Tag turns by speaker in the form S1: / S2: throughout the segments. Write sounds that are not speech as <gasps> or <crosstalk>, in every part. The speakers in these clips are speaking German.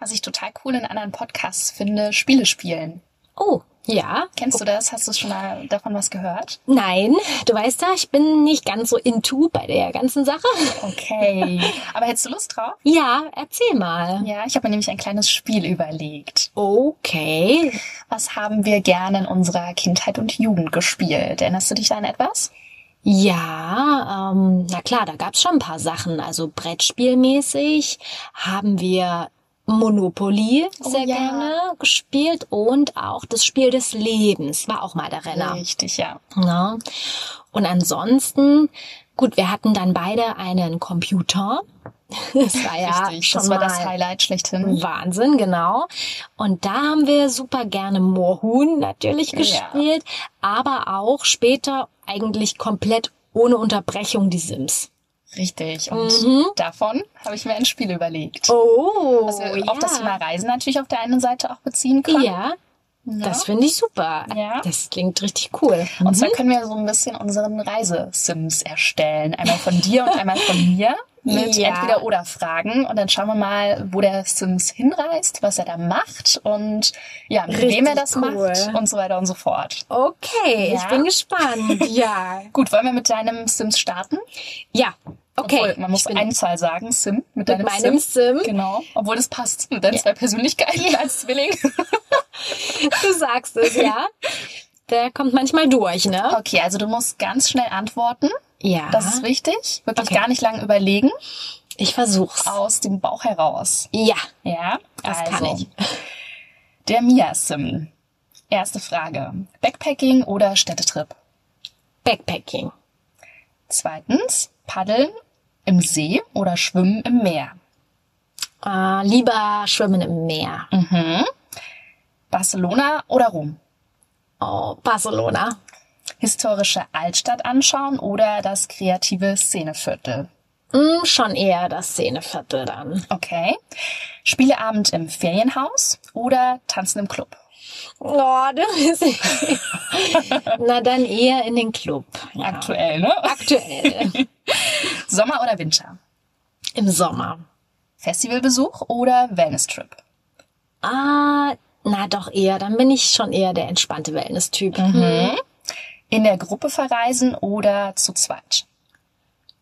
S1: was ich total cool in anderen Podcasts finde, Spiele spielen.
S2: Oh, ja.
S1: Kennst du das? Hast du schon mal davon was gehört?
S2: Nein, du weißt ja, ich bin nicht ganz so into bei der ganzen Sache. <laughs>
S1: Okay. <laughs> Aber hättest du Lust drauf?
S2: Ja, erzähl mal.
S1: Ja, ich habe mir nämlich ein kleines Spiel überlegt.
S2: Okay.
S1: Was haben wir gerne in unserer Kindheit und Jugend gespielt? Erinnerst du dich da an etwas?
S2: Ja, ähm, na klar, da gab's schon ein paar Sachen. Also Brettspielmäßig haben wir Monopoly
S1: Oh
S2: sehr
S1: ja.
S2: gerne gespielt und auch das Spiel des Lebens war auch mal der Renner.
S1: Richtig, ja.
S2: Na? Und ansonsten, gut, wir hatten dann beide einen Computer. <laughs> Das war ja
S1: Richtig.
S2: schon
S1: das war
S2: mal Mhm.
S1: das Highlight schlechthin.
S2: Wahnsinn, genau. Und da haben wir super gerne Moorhuhn natürlich
S1: Ja.
S2: gespielt, aber auch später eigentlich komplett ohne Unterbrechung die Sims.
S1: Richtig. Und
S2: Mhm.
S1: davon habe ich mir ein Spiel überlegt.
S2: Oh,
S1: Also auf das Thema Reisen natürlich auf der einen Seite auch beziehen können.
S2: ja,
S1: ne?
S2: das finde ich super.
S1: Ja.
S2: Das klingt richtig cool.
S1: Und zwar können wir so ein bisschen unseren Reisesims erstellen. Einmal von dir und einmal von mir. Mit
S2: Ja.
S1: entweder oder Fragen. Und dann schauen wir mal, wo der Sims hinreist, was er da macht und ja, mit
S2: Richtig
S1: wem er das
S2: cool.
S1: macht und so weiter und so fort.
S2: Okay, ich
S1: Ja.
S2: bin
S1: <laughs>
S2: gespannt. ja.
S1: Gut, wollen wir mit deinem Sims starten?
S2: Ja, okay.
S1: Obwohl, man muss
S2: ich bin
S1: eine Zahl sagen, Sim, mit
S2: mit
S1: deinem
S2: meinem
S1: Sim.
S2: Sim.
S1: Genau. Obwohl das passt mit deinen zwei Persönlichkeiten als Zwilling. Genau.
S2: <laughs> Du sagst es, ja. Der kommt manchmal durch, ne?
S1: <laughs> Okay, also du musst ganz schnell antworten.
S2: Ja.
S1: Das ist wichtig. Wirklich
S2: Okay.
S1: gar nicht lang überlegen.
S2: ich versuch's.
S1: Aus dem Bauch heraus.
S2: Ja,
S1: Ja,
S2: Das
S1: also.
S2: kann ich.
S1: Der Mia-Sim. Erste Frage. Backpacking oder Städtetrip?
S2: Backpacking.
S1: Zweitens. Paddeln im See oder Schwimmen im Meer?
S2: Äh, lieber schwimmen im Meer.
S1: Barcelona oder Rom?
S2: Oh, Barcelona.
S1: Historische Altstadt anschauen oder das kreative Szeneviertel?
S2: Hm, schon eher das Szeneviertel dann.
S1: Okay. Spieleabend im Ferienhaus oder Tanzen im Club?
S2: Oh, du bist... <laughs> Na, dann eher in den Club. Ja.
S1: Aktuell,
S2: <laughs>
S1: ne?
S2: Aktuell.
S1: Sommer oder Winter?
S2: Im Sommer.
S1: Festivalbesuch oder Wellness-Trip?
S2: Ah, na doch eher. Dann bin ich schon eher der entspannte Wellness-Typ.
S1: In der Gruppe verreisen oder zu zweit?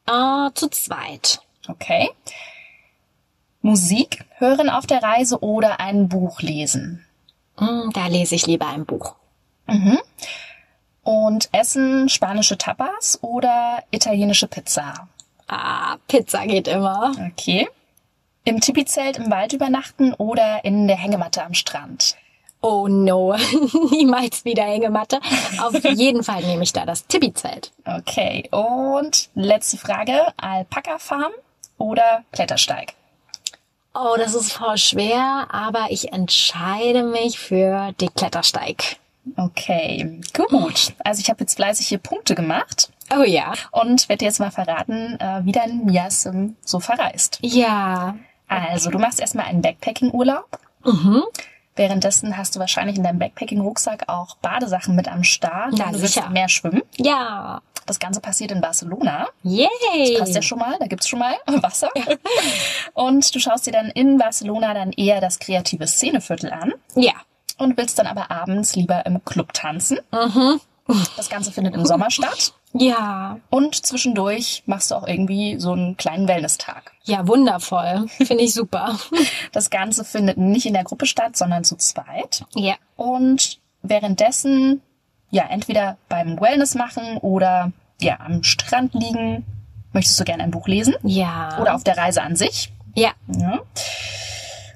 S2: Ah, zu zweit.
S1: Okay. Musik hören auf der Reise oder ein Buch lesen.
S2: Hm, da lese ich lieber ein Buch.
S1: Und essen spanische Tapas oder italienische Pizza.
S2: Ah, Pizza geht immer.
S1: Okay. Im Tipi-Zelt im Wald übernachten oder in der Hängematte am Strand.
S2: Oh no, <laughs> niemals wieder Hängematte. Auf jeden Fall nehme ich da das Tipi-Zelt.
S1: Okay. Und letzte Frage. Alpaka-Farm oder Klettersteig?
S2: Oh, das ist voll schwer, aber ich entscheide mich für den Klettersteig.
S1: Okay. Gut. Also ich habe jetzt fleißig hier Punkte gemacht.
S2: Oh ja.
S1: und werde dir jetzt mal verraten, äh, wie dein Miasim so verreist.
S2: Ja.
S1: Also, du machst erstmal einen Backpacking-Urlaub.
S2: Mhm.
S1: Währenddessen hast du wahrscheinlich in deinem Backpacking-Rucksack auch Badesachen mit am Start.
S2: Na,
S1: und du willst
S2: sicher.
S1: mehr schwimmen.
S2: Ja.
S1: Das Ganze passiert in Barcelona.
S2: Yay.
S1: Passt ja schon mal, da gibt's schon mal <laughs> Wasser. Und du schaust dir dann in Barcelona dann eher das kreative Szeneviertel an
S2: Ja.
S1: und willst dann aber abends lieber im Club tanzen.
S2: Mhm.
S1: Das Ganze findet im Sommer statt.
S2: Ja.
S1: Und zwischendurch machst du auch irgendwie so einen kleinen Wellness-Tag.
S2: Ja, wundervoll. Finde ich super.
S1: Das Ganze findet nicht in der Gruppe statt, sondern zu zweit.
S2: <laughs> ja.
S1: Und währenddessen, ja, entweder beim Wellness machen oder ja, am Strand liegen. Möchtest du gerne ein Buch lesen?
S2: Ja.
S1: Oder auf der Reise an sich.
S2: Ja.
S1: Ja.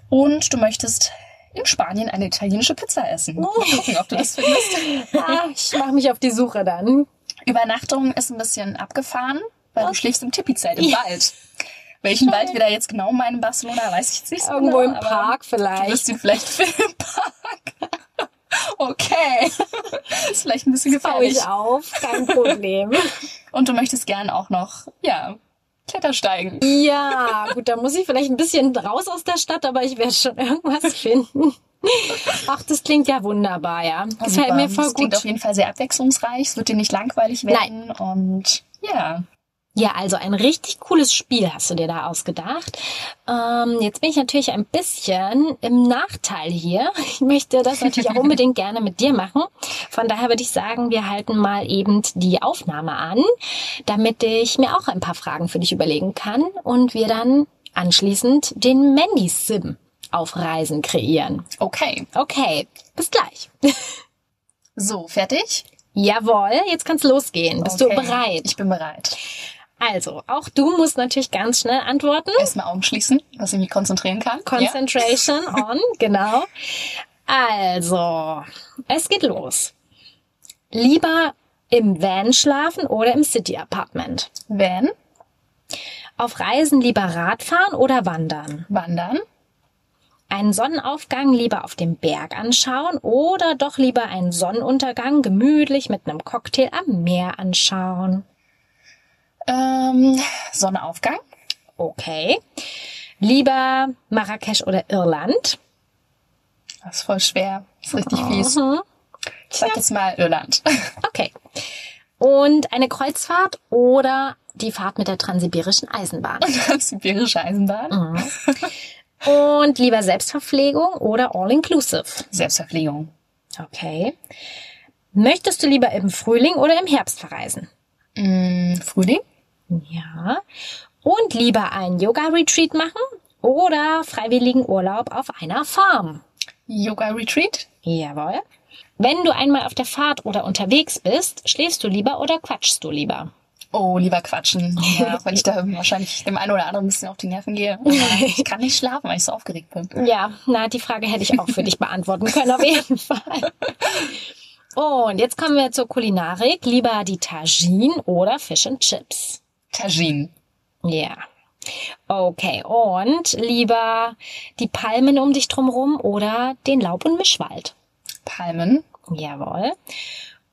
S1: Und du möchtest in Spanien eine italienische Pizza essen. Mal
S2: Oh.
S1: gucken, ob du das
S2: <laughs>
S1: findest.
S2: Ah, ich mache mich auf die Suche dann.
S1: Übernachtung ist ein bisschen abgefahren, weil du schläfst im Tipi-Zelt im
S2: Ja.
S1: Wald. Welchen Wald wir da jetzt genau meinen in Barcelona, weiß ich jetzt nicht so
S2: Irgendwo
S1: genau,
S2: im
S1: aber-
S2: Park
S1: Du
S2: vielleicht.
S1: wirst ihn vielleicht <laughs> für den Park. Okay. <laughs> ist vielleicht ein bisschen
S2: Baue
S1: gefährlich.
S2: ich auf. <laughs> Kein Problem.
S1: Und du möchtest gern auch noch, ja, Klettersteigen.
S2: ja, gut, da muss ich vielleicht ein bisschen raus aus der Stadt, aber ich werde schon irgendwas finden. Ach, das klingt ja wunderbar, ja. Gefällt
S1: Super.
S2: mir voll
S1: das Klingt
S2: gut.
S1: auf jeden Fall sehr abwechslungsreich. Es wird dir nicht langweilig werden. Und ja,
S2: Ja, also ein richtig cooles Spiel hast du dir da ausgedacht. Ähm, jetzt bin ich natürlich ein bisschen im Nachteil hier. <laughs> Ich möchte das natürlich auch unbedingt gerne mit dir machen. Von daher würde ich sagen, wir halten mal eben die Aufnahme an, damit ich mir auch ein paar Fragen für dich überlegen kann und wir dann anschließend den Mandy-Sim auf Reisen kreieren.
S1: Okay.
S2: Okay, bis gleich.
S1: So, fertig?
S2: Jawohl, jetzt kann's losgehen. Bist
S1: Okay.
S2: du bereit?
S1: Ich bin bereit.
S2: Also, auch du musst natürlich ganz schnell antworten.
S1: Erstmal Augen schließen, dass ich mich konzentrieren kann.
S2: Concentration on, genau. Also, es geht los. Lieber im Van schlafen oder im City Apartment?
S1: ja. Van,
S2: Auf Reisen lieber Radfahren oder wandern?
S1: wandern,
S2: Einen Sonnenaufgang lieber auf dem Berg anschauen oder doch lieber einen Sonnenuntergang gemütlich mit einem Cocktail am Meer anschauen?
S1: ähm, Sonnenaufgang,
S2: Okay. Lieber Marrakesch oder Irland?
S1: das ist voll schwer, das ist richtig fies.
S2: Mhm.
S1: Ich sag jetzt mal Irland. <laughs>
S2: Okay. Und eine Kreuzfahrt oder die Fahrt mit der transsibirischen Eisenbahn?
S1: Sibirische Eisenbahn,
S2: Mhm. Und lieber Selbstverpflegung oder All-Inclusive?
S1: Selbstverpflegung.
S2: Okay. Möchtest du lieber im Frühling oder im Herbst verreisen?
S1: Mm, Frühling,
S2: Ja. Und lieber ein Yoga-Retreat machen oder freiwilligen Urlaub auf einer Farm?
S1: Yoga-Retreat,
S2: Jawohl. Wenn du einmal auf der Fahrt oder unterwegs bist, schläfst du lieber oder quatschst du lieber?
S1: Oh, lieber quatschen.
S2: <laughs>
S1: Ja, weil ich da wahrscheinlich dem einen oder anderen ein bisschen auf die Nerven gehe. Aber ich kann nicht schlafen, weil ich so aufgeregt bin.
S2: Ja, na, die Frage hätte ich auch für dich beantworten können, auf jeden Fall. Und jetzt kommen wir zur Kulinarik. Lieber die Tagine oder Fish and Chips?
S1: Tagine.
S2: Ja. Okay, und lieber die Palmen um dich drumherum oder den Laub- und Mischwald?
S1: Palmen.
S2: Jawohl.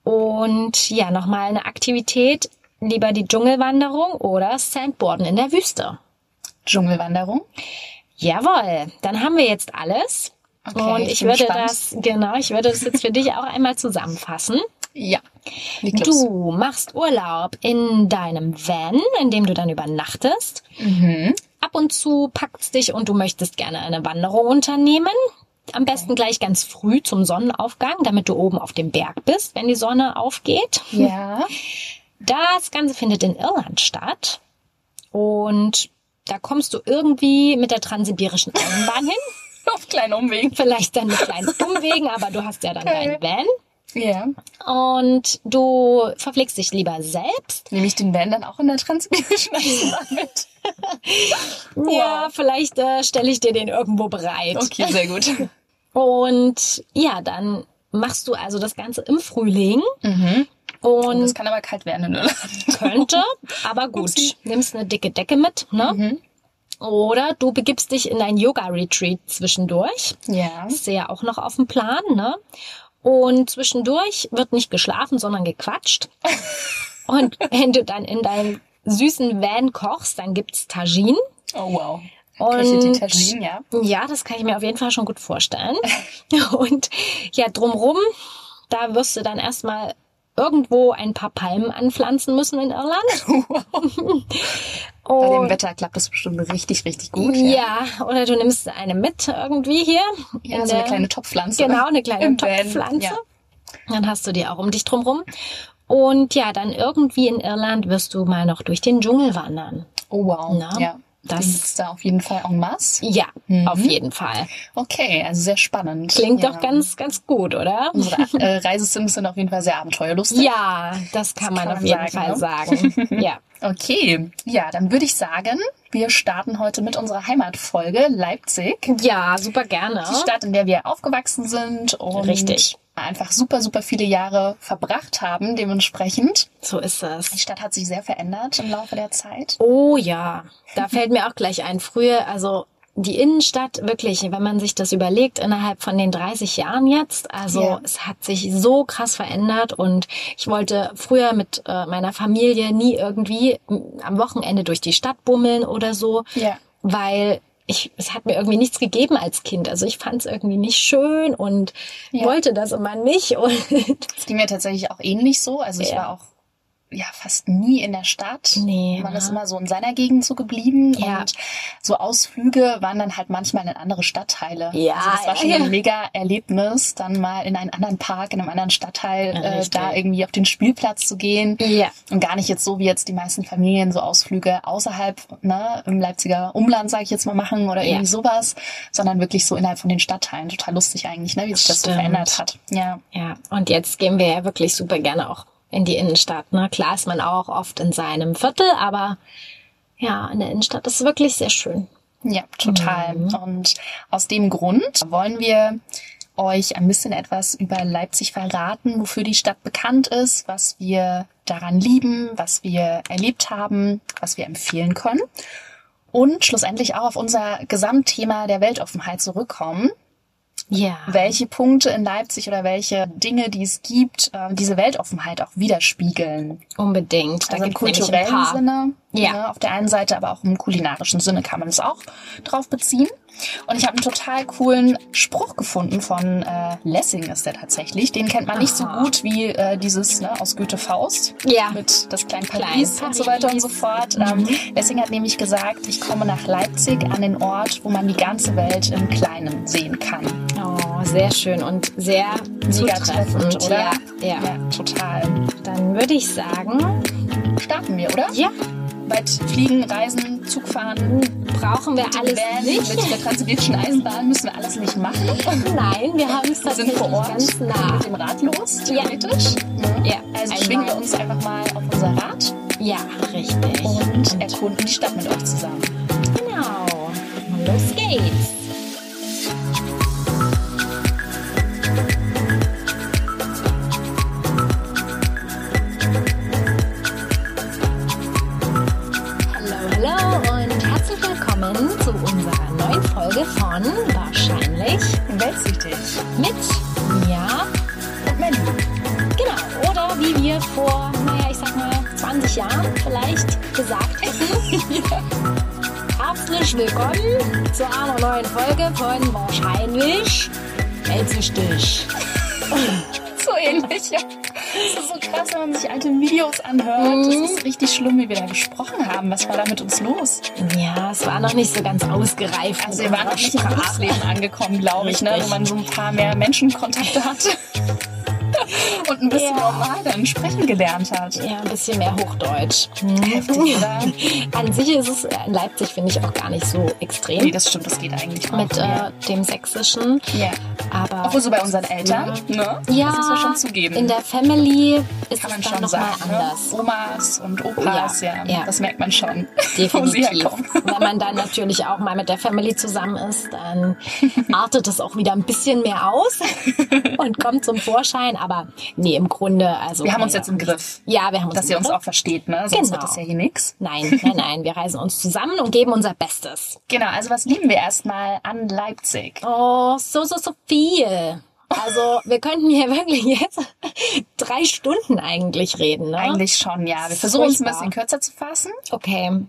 S2: Und ja, nochmal eine Aktivität. Lieber die Dschungelwanderung oder Sandboarden in der Wüste?
S1: Dschungelwanderung.
S2: Jawohl, dann haben wir jetzt alles.
S1: Okay,
S2: und
S1: ich
S2: ich
S1: bin
S2: würde
S1: gespannt.
S2: das, genau, ich würde das jetzt für dich auch einmal zusammenfassen.
S1: Ja. Leg los.
S2: Du machst Urlaub in deinem Van, in dem du dann übernachtest.
S1: Mhm.
S2: Ab und zu packt's dich und du möchtest gerne eine Wanderung unternehmen. Am besten gleich ganz früh zum Sonnenaufgang, damit du oben auf dem Berg bist, wenn die Sonne aufgeht. <laughs>
S1: Ja.
S2: Das Ganze findet in Irland statt. Und da kommst du irgendwie mit der transsibirischen Eisenbahn hin.
S1: Auf kleinen Umwegen.
S2: Vielleicht dann mit kleinen Umwegen, aber du hast ja dann
S1: Okay.
S2: deinen Van.
S1: Ja.
S2: Und du verpflegst dich lieber selbst.
S1: Nehme ich den Van dann auch in der Transsibirischen <laughs> Eisenbahn mit?
S2: Ja, vielleicht äh, stelle ich dir den irgendwo bereit.
S1: Okay, sehr gut.
S2: Und ja, dann machst du also das Ganze im Frühling
S1: Mhm. Und <laughs>
S2: und
S1: es kann aber kalt werden in Irland.
S2: könnte, aber gut, nimmst eine dicke Decke mit, ne?
S1: Mhm.
S2: Oder du begibst dich in ein Yoga-Retreat zwischendurch.
S1: Ja.
S2: Ist ja auch noch auf dem Plan, ne? Und zwischendurch wird nicht geschlafen,
S1: <laughs>
S2: sondern gequatscht. und wenn du dann in deinem süßen Van kochst, dann gibt's Tagine.
S1: Oh, wow. Köche die
S2: Und
S1: Tagine, ja.
S2: Ja, das kann ich mir auf jeden Fall schon gut vorstellen. <laughs> Und ja, drumrum, da wirst du dann erstmal irgendwo ein paar Palmen anpflanzen müssen in
S1: <laughs>
S2: Irland.
S1: Bei dem
S2: Und,
S1: Wetter klappt das bestimmt richtig, richtig gut.
S2: ja, oder du nimmst eine mit irgendwie hier.
S1: ja
S2: in
S1: so eine
S2: der-
S1: kleine Topfpflanze.
S2: Genau, eine kleine
S1: Im Van,
S2: Topfpflanze.
S1: ja.
S2: Dann hast du die auch um dich drumrum. Und ja, dann irgendwie in Irland wirst du mal noch durch den Dschungel wandern.
S1: Oh wow.
S2: Na,
S1: ja.
S2: das-
S1: Das ist da auf jeden Fall en masse.
S2: Ja, auf jeden Fall.
S1: Okay, also sehr spannend.
S2: Klingt
S1: Mhm. ja.
S2: doch ganz, ganz gut, oder? <laughs>
S1: Unsere äh, Reisesims sind auf jeden Fall sehr abenteuerlustig.
S2: Ja, das kann man ne?
S1: kann
S2: auf
S1: man
S2: jeden Fall <laughs> sagen. ja.
S1: Okay, ja, dann würde ich sagen, wir starten heute mit unserer Heimatfolge Leipzig.
S2: ja, super gerne.
S1: Die Stadt, in der wir aufgewachsen sind und
S2: Richtig.
S1: einfach super, super viele Jahre verbracht haben dementsprechend.
S2: So ist
S1: Die
S2: es.
S1: Stadt hat sich sehr verändert im Laufe der Zeit.
S2: Oh ja, da fällt mir auch gleich ein. Früher, also die Innenstadt, wirklich, wenn man sich das überlegt, innerhalb von den 30 Jahren jetzt, also
S1: Ja.
S2: es hat sich so krass verändert und ich wollte früher mit äh, meiner Familie nie irgendwie m, am Wochenende durch die Stadt bummeln oder so.
S1: Ja.
S2: weil ich, es hat mir irgendwie nichts gegeben als Kind. Also ich fand es irgendwie nicht schön und wollte das immer nicht. <laughs> Und
S1: Es ging mir tatsächlich auch ähnlich eh so. Also ich
S2: Ja.
S1: war auch ja fast nie in der Stadt.
S2: Nee.
S1: Man
S2: ne?
S1: ist immer so in seiner Gegend so geblieben
S2: Ja.
S1: und so Ausflüge waren dann halt manchmal in andere Stadtteile.
S2: Ja,
S1: also das war
S2: ja,
S1: schon
S2: ja.
S1: ein mega Erlebnis, dann mal in einen anderen Park, in einem anderen Stadtteil,
S2: Ja,
S1: äh,
S2: richtig.
S1: da irgendwie auf den Spielplatz zu gehen.
S2: ja.
S1: Und gar nicht jetzt so, wie jetzt die meisten Familien so Ausflüge außerhalb, ne, im Leipziger Umland, sage ich jetzt mal, machen oder
S2: Ja.
S1: irgendwie sowas, sondern wirklich so innerhalb von den Stadtteilen. Total lustig eigentlich, ne, wie sich das so
S2: Stimmt.
S1: verändert hat. Ja.
S2: Ja, und jetzt gehen wir ja wirklich super gerne auch in die Innenstadt. Ne? Klar ist man auch oft in seinem Viertel, aber ja, in der Innenstadt ist es wirklich sehr schön.
S1: Ja, total.
S2: Mhm.
S1: Und aus dem Grund wollen wir euch ein bisschen etwas über Leipzig verraten, wofür die Stadt bekannt ist, was wir daran lieben, was wir erlebt haben, was wir empfehlen können. Und schlussendlich auch auf unser Gesamtthema der Weltoffenheit zurückkommen.
S2: Ja.
S1: Welche Punkte in Leipzig oder welche Dinge, die es gibt, äh, diese Weltoffenheit auch widerspiegeln.
S2: Unbedingt. Da
S1: Also im
S2: gibt's nämlich ein
S1: kulturellen
S2: paar.
S1: Sinne,
S2: Ja.
S1: ne, auf der einen Seite, aber auch im kulinarischen Sinne kann man es auch drauf beziehen. Und ich habe einen total coolen Spruch gefunden von äh, Lessing ist der tatsächlich. Den kennt man nicht so
S2: Aha.
S1: gut wie äh, dieses ne, aus Goethe Faust
S2: Ja.
S1: mit das kleine
S2: Klein Mhm.
S1: Paris und so weiter und so fort. Ähm, Lessing hat nämlich gesagt, ich komme nach Leipzig an den Ort, wo man die ganze Welt im Kleinen sehen kann.
S2: Oh, sehr schön und sehr
S1: Mega
S2: zutreffend,
S1: treffend, oder?
S2: Ja, ja.
S1: total.
S2: Dann würde ich sagen,
S1: Starten wir, oder?
S2: ja,
S1: Weit fliegen, reisen, Zug fahren,
S2: brauchen wir alles
S1: Van
S2: nicht.
S1: mit der transsibirischen Eisenbahn müssen wir alles nicht machen. Wir
S2: Nein, wir haben es
S1: sind
S2: tatsächlich
S1: vor Ort
S2: ganz nah.
S1: mit dem Rad los,
S2: Ja.
S1: theoretisch.
S2: Ja,
S1: Also
S2: einmal-
S1: schwingen wir uns einfach mal auf unser Rad
S2: Ja, richtig.
S1: und erkunden die Stadt mit euch zusammen.
S2: genau. Und los geht's. Hallo, hallo und herzlich willkommen zu unserer neuen Folge von Wahrscheinlich
S1: Wälz dich.
S2: mit mir.
S1: Und Mandy.
S2: Genau, oder wie wir vor, naja, ich sag mal, 20 Jahren vielleicht gesagt hätten. <laughs> Herzlich willkommen zu einer neuen Folge von Wahrscheinlich Elzestich.
S1: So ähnlich, ja. Es ist so krass, wenn man sich alte Videos anhört.
S2: Mhm.
S1: Es ist richtig schlimm, wie wir da gesprochen haben. Was war da mit uns los?
S2: Ja, es war noch nicht so ganz ausgereift.
S1: Also
S2: mit
S1: wir waren noch
S2: unserer
S1: nicht im
S2: Sprache.
S1: Berufsleben angekommen, glaube ich, ne?
S2: Richtig.
S1: wo man so ein paar mehr Menschenkontakte <laughs> hatte und ein bisschen
S2: Ja.
S1: normal dann sprechen gelernt hat.
S2: Ja, ein bisschen mehr Hochdeutsch. Hm.
S1: Heftig, oder?
S2: <laughs> An sich ist es äh, in Leipzig, finde ich, auch gar nicht so extrem
S1: Nee, das stimmt, das geht eigentlich auch.
S2: mit
S1: ja.
S2: äh, dem Sächsischen.
S1: ja.
S2: Aber
S1: Obwohl so bei unseren Eltern, ne?
S2: Ja,
S1: das muss man schon zugeben.
S2: in der Family ist
S1: kann man
S2: es dann
S1: schon
S2: nochmal
S1: sagen.
S2: anders.
S1: Ne? Omas und Opas,
S2: Ja,
S1: ja,
S2: ja.
S1: Das merkt man schon, <laughs> wo sie
S2: Definitiv.
S1: herkommen.
S2: Wenn man dann natürlich auch mal mit der Family zusammen ist,
S1: <laughs>
S2: dann artet es auch wieder ein bisschen mehr aus und kommt zum Vorschein. Aber nee, im Grunde, also.
S1: Wir haben uns
S2: ja.
S1: jetzt im Griff,
S2: Ja, wir haben uns.
S1: dass
S2: im
S1: ihr uns
S2: Griff.
S1: auch versteht, ne? Sonst
S2: Genau.
S1: wird das ja hier nix.
S2: Nein, nein, nein. Wir reisen uns zusammen und geben unser Bestes.
S1: Genau, also was lieben wir erstmal an Leipzig?
S2: Oh, so, so, so viel. Also, wir könnten hier wirklich jetzt drei Stunden eigentlich reden, ne?
S1: Eigentlich schon, ja. Wir versuchen uns ein bisschen kürzer zu fassen.
S2: Okay.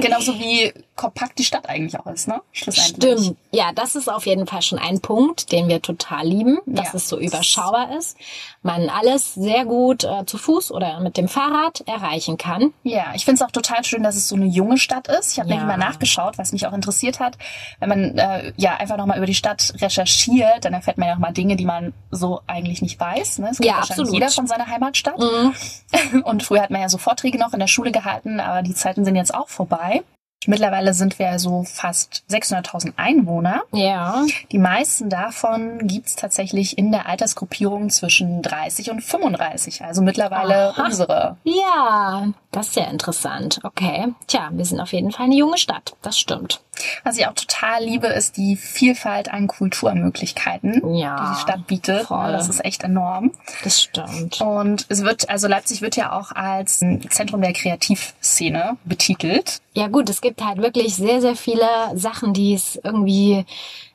S1: Genauso wie kompakt die Stadt eigentlich auch ist, ne? Schlussendlich.
S2: Stimmt. Ja, das ist auf jeden Fall schon ein Punkt, den wir total lieben, dass
S1: Ja.
S2: es so überschaubar ist. Man alles sehr gut äh, zu Fuß oder mit dem Fahrrad erreichen kann.
S1: Ja, ich find's auch total schön, dass es so eine junge Stadt ist. Ich habe
S2: Ja.
S1: nämlich mal nachgeschaut, was mich auch interessiert hat. Wenn man äh, ja einfach nochmal über die Stadt recherchiert, dann erfährt man ja nochmal Dinge, die man so eigentlich nicht weiß. Ne? Es
S2: Ja,
S1: wahrscheinlich
S2: absolut.
S1: jeder von seiner Heimatstadt.
S2: Mhm.
S1: <laughs> Und früher hat man ja so Vorträge noch in der Schule gehalten, aber die Zeiten sind jetzt auch vorbei. Mittlerweile sind wir so fast 600.000 Einwohner.
S2: Ja.
S1: Die meisten davon gibt's tatsächlich in der Altersgruppierung zwischen 30 und 35, also mittlerweile
S2: Aha.
S1: unsere
S2: Ja, das ist ja interessant. Okay. Tja, wir sind auf jeden Fall eine junge Stadt. Das stimmt.
S1: Was ich auch total liebe, ist die Vielfalt an Kulturmöglichkeiten,
S2: Ja.
S1: die die Stadt bietet.
S2: voll.
S1: Das ist echt enorm.
S2: Das stimmt.
S1: Und es wird, also Leipzig wird ja auch als Zentrum der Kreativszene betitelt.
S2: Ja gut, es gibt halt wirklich sehr, sehr viele Sachen, die es irgendwie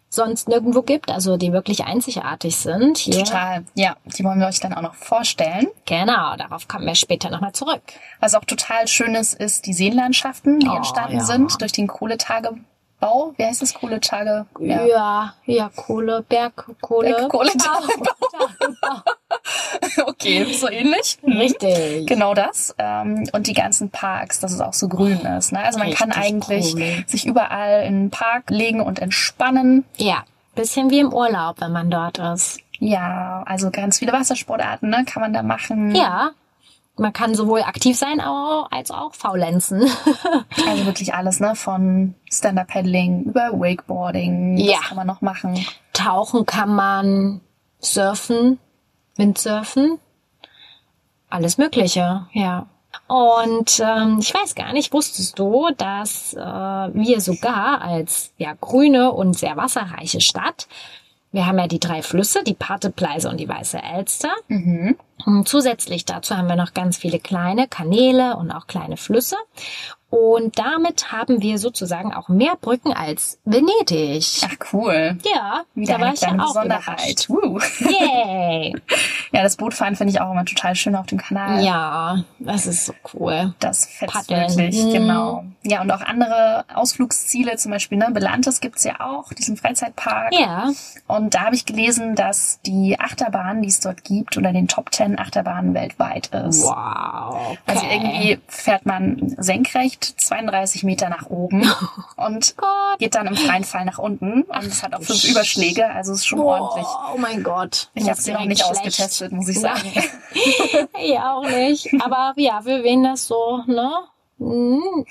S2: sonst nirgendwo gibt, also die wirklich einzigartig sind. Hier.
S1: Total, ja, die wollen wir euch dann auch noch vorstellen.
S2: Genau, darauf kommen wir später nochmal zurück.
S1: Was auch total schön ist, ist die Seenlandschaften, die
S2: Oh,
S1: entstanden
S2: ja.
S1: sind durch den Kohletagebau. Wie heißt das Kohletage?
S2: Ja, ja, Kohle, Bergkohle.
S1: Bergkohle.
S2: Tagebau.
S1: <laughs> okay, so ähnlich.
S2: Richtig.
S1: Genau das. Ähm, und die ganzen Parks, dass es auch so grün ist. Ne? Also man kann
S2: Oh, Richtig
S1: eigentlich
S2: cool.
S1: sich überall in den Park legen und entspannen.
S2: Ja, bisschen wie im Urlaub, wenn man dort ist.
S1: Ja, also ganz viele Wassersportarten ne? kann man da machen.
S2: Ja. Man kann sowohl aktiv sein au- als auch faulenzen.
S1: Also wirklich alles, ne? Von Stand-Up-Paddling über Wakeboarding.
S2: Ja.
S1: Das kann man noch machen.
S2: Tauchen kann man, surfen, Windsurfen, alles Mögliche, ja. Und ähm, ich weiß gar nicht, wusstest du, dass äh, wir sogar als ja grüne und sehr wasserreiche Stadt, wir haben ja die drei Flüsse, die Pate, Pleise und die Weiße Elster.
S1: Mhm.
S2: Und zusätzlich dazu haben wir noch ganz viele kleine Kanäle und auch kleine Flüsse. Und damit haben wir sozusagen auch mehr Brücken als Venedig.
S1: Ach cool.
S2: Ja,
S1: Wieder
S2: da war
S1: eine
S2: ich ja
S1: kleine
S2: auch
S1: Besonderheit. Woo.
S2: überrascht. Yay!
S1: <laughs> Ja, das Bootfahren finde ich auch immer total schön auf dem Kanal.
S2: ja, das ist so cool.
S1: Das fetzt
S2: Paddeln.
S1: wirklich,
S2: Mhm.
S1: genau. Ja, und auch andere Ausflugsziele, zum Beispiel, ne, Belantes gibt's ja auch, diesen Freizeitpark.
S2: Ja,
S1: Und da habe ich gelesen, dass die Achterbahn, die es dort gibt, unter den Top 10 Achterbahnen weltweit ist.
S2: wow. Okay.
S1: Also irgendwie fährt man senkrecht 32 Meter nach oben und
S2: Gott.
S1: geht dann im freien Fall nach unten. Und es hat auch fünf
S2: Sch-
S1: Überschläge, also es ist schon ordentlich.
S2: Oh mein Gott.
S1: Ich habe sie noch nicht ausgetestet, muss ich sagen.
S2: <laughs> Ja, auch nicht. Aber ja, wir wen das so, ne? Mm,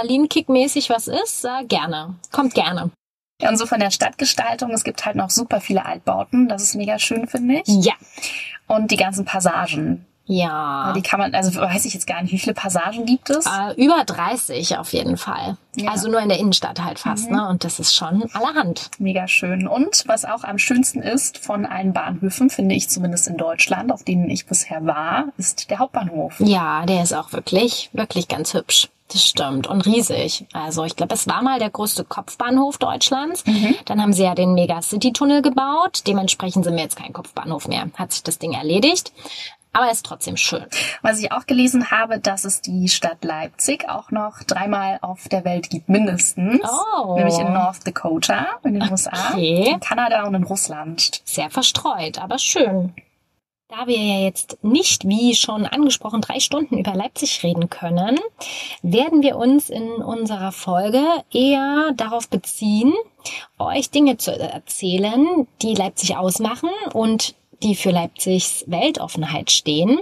S2: Adrenalinkick-mäßig was ist, äh, gerne. Kommt gerne.
S1: Ja, und so von der Stadtgestaltung, es gibt halt noch super viele Altbauten, das ist mega schön, finde ich.
S2: Ja.
S1: Und die ganzen Passagen,
S2: Ja.
S1: die kann man, also weiß ich jetzt gar nicht, wie viele Passagen gibt es?
S2: Äh, über 30 auf jeden Fall.
S1: Ja. Mhm.
S2: Also nur in der Innenstadt halt fast, ne? Und das ist schon allerhand.
S1: Mega schön. Und was auch am schönsten ist von allen Bahnhöfen, finde ich zumindest in Deutschland, auf denen ich bisher war, ist der Hauptbahnhof.
S2: Ja, der ist auch wirklich, wirklich ganz hübsch. Das stimmt. Und riesig. Also ich glaube, es war mal der größte Kopfbahnhof Deutschlands. Dann haben sie ja den Megacity-Tunnel gebaut. Dementsprechend sind wir jetzt kein Kopfbahnhof mehr. Hat sich das Ding erledigt. Aber er ist trotzdem schön.
S1: Was ich auch gelesen habe, dass es die Stadt Leipzig auch noch dreimal auf der Welt gibt, mindestens.
S2: Oh.
S1: Nämlich in North Dakota, in den USA,
S2: Okay.
S1: in Kanada und in Russland.
S2: Sehr verstreut, aber schön. Da wir ja jetzt nicht, wie schon angesprochen, drei Stunden über Leipzig reden können, werden wir uns in unserer Folge eher darauf beziehen, euch Dinge zu erzählen, die Leipzig ausmachen und die für Leipzigs Weltoffenheit stehen.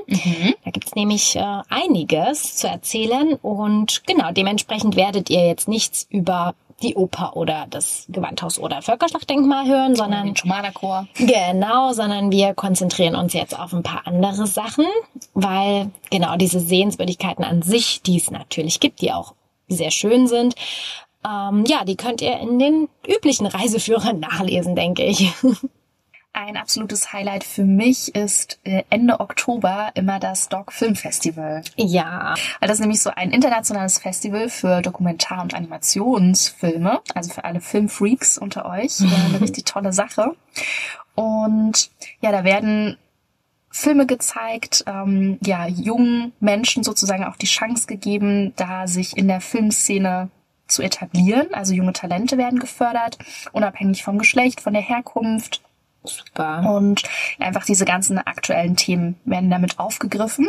S2: Da gibt's nämlich äh, einiges zu erzählen und genau, dementsprechend werdet ihr jetzt nichts über die Oper oder das Gewandhaus oder Völkerschlachtdenkmal hören,
S1: Und
S2: sondern
S1: den Schmalerchor.
S2: Genau, sondern wir konzentrieren uns jetzt auf ein paar andere Sachen, weil genau diese Sehenswürdigkeiten an sich, die es natürlich gibt, die auch sehr schön sind, ähm, ja, die könnt ihr in den üblichen Reiseführern <laughs> nachlesen, denke ich. <laughs>
S1: Ein absolutes Highlight für mich ist äh, Ende Oktober immer das Doc Film Festival.
S2: ja,
S1: Weil das ist nämlich so ein internationales Festival für Dokumentar- und Animationsfilme, also für alle Filmfreaks unter euch. Ja, eine richtig tolle Sache. Und ja, da werden Filme gezeigt, ähm, ja, jungen Menschen sozusagen auch die Chance gegeben, da sich in der Filmszene zu etablieren. Also junge Talente werden gefördert, unabhängig vom Geschlecht, von der Herkunft.
S2: super.
S1: Und einfach diese ganzen aktuellen Themen werden damit aufgegriffen.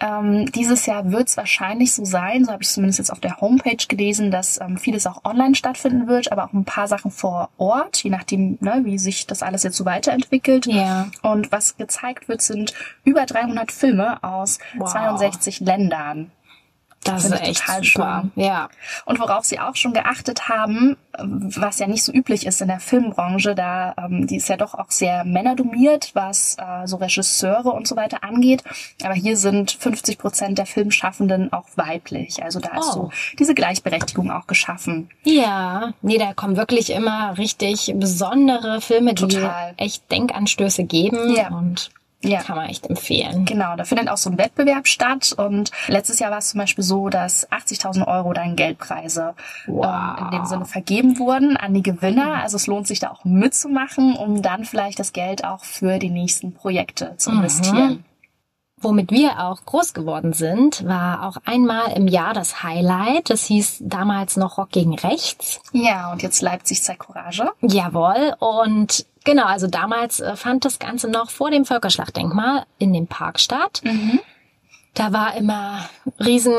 S1: Ähm, dieses Jahr wird es wahrscheinlich so sein, so habe ich zumindest jetzt auf der Homepage gelesen, dass ähm, vieles auch online stattfinden wird, aber auch ein paar Sachen vor Ort, je nachdem, ne, wie sich das alles jetzt so weiterentwickelt.
S2: Ja,
S1: Und was gezeigt wird, sind über 300 Filme aus
S2: Wow.
S1: 62 Ländern.
S2: das
S1: Finde
S2: ist
S1: ich
S2: echt
S1: total
S2: super. Ja,
S1: Und worauf sie auch schon geachtet haben, was ja nicht so üblich ist in der Filmbranche, da ähm, die ist ja doch auch sehr männerdomiert, was äh, so Regisseure und so weiter angeht. Aber hier sind 50 Prozent der Filmschaffenden auch weiblich. Also da ist
S2: Oh.
S1: so diese Gleichberechtigung auch geschaffen.
S2: ja. Nee, da kommen wirklich immer richtig besondere Filme, die
S1: Total.
S2: echt Denkanstöße geben
S1: Ja.
S2: und
S1: Ja.
S2: kann man echt empfehlen.
S1: Genau, da findet auch so ein Wettbewerb statt. Und letztes Jahr war es zum Beispiel so, dass 80.000 Euro dann Geldpreise ähm, in dem Sinne vergeben wurden an die Gewinner. Also es lohnt sich da auch mitzumachen, um dann vielleicht das Geld auch für die nächsten Projekte zu investieren.
S2: Womit wir auch groß geworden sind, war auch einmal im Jahr das Highlight. Das hieß damals noch Rock gegen Rechts.
S1: Ja, und jetzt Leipzig zeigt Courage.
S2: Jawohl. Und Genau, also damals äh, fand das Ganze noch vor dem Völkerschlachtdenkmal in dem Park statt. Da war immer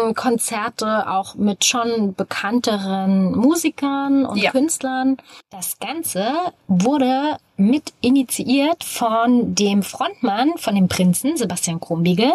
S2: Riesenkonzerte, auch mit schon bekannteren Musikern und
S1: Ja.
S2: Künstlern. Das Ganze wurde mit initiiert von dem Frontmann, von dem Prinzen, Sebastian Krumbiegel.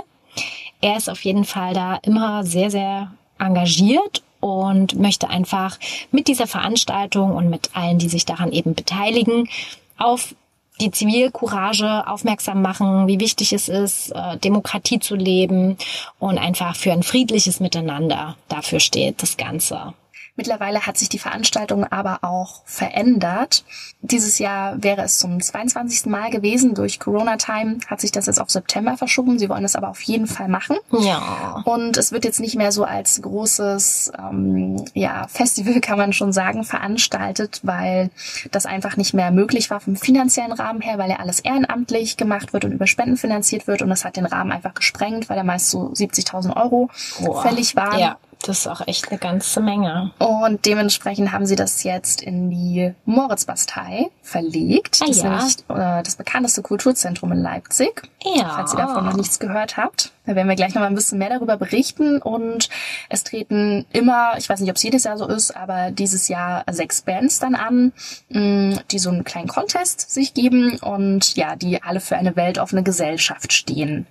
S2: Er ist auf jeden Fall da immer sehr, sehr engagiert und möchte einfach mit dieser Veranstaltung und mit allen, die sich daran eben beteiligen, auf die Zivilcourage aufmerksam machen, wie wichtig es ist, äh, Demokratie zu leben und einfach für ein friedliches Miteinander dafür steht das Ganze.
S1: Mittlerweile hat sich die Veranstaltung aber auch verändert. Dieses Jahr wäre es zum 22. Mal gewesen. Durch Corona-Time hat sich das jetzt auf September verschoben. Sie wollen das aber auf jeden Fall machen.
S2: Ja.
S1: Und es wird jetzt nicht mehr so als großes ähm, ja, Festival, <laughs> kann man schon sagen, veranstaltet, weil das einfach nicht mehr möglich war vom finanziellen Rahmen her, weil ja alles ehrenamtlich gemacht wird und über Spenden finanziert wird. Und das hat den Rahmen einfach gesprengt, weil da meist so 70.000 Euro
S2: Boah.
S1: fällig waren.
S2: Ja, das ist auch echt eine ganze Menge.
S1: Und dementsprechend haben sie das jetzt in die Moritzbastei verlegt.
S2: Ah,
S1: das
S2: ja.
S1: ist nämlich äh, das bekannteste Kulturzentrum in Leipzig.
S2: Ja.
S1: Falls ihr davon noch nichts gehört habt, da werden wir gleich noch mal ein bisschen mehr darüber berichten. Und es treten immer, ich weiß nicht, ob es jedes Jahr so ist, aber dieses Jahr sechs Bands dann an, mh, die so einen kleinen Contest sich geben und ja, die alle für eine weltoffene Gesellschaft stehen.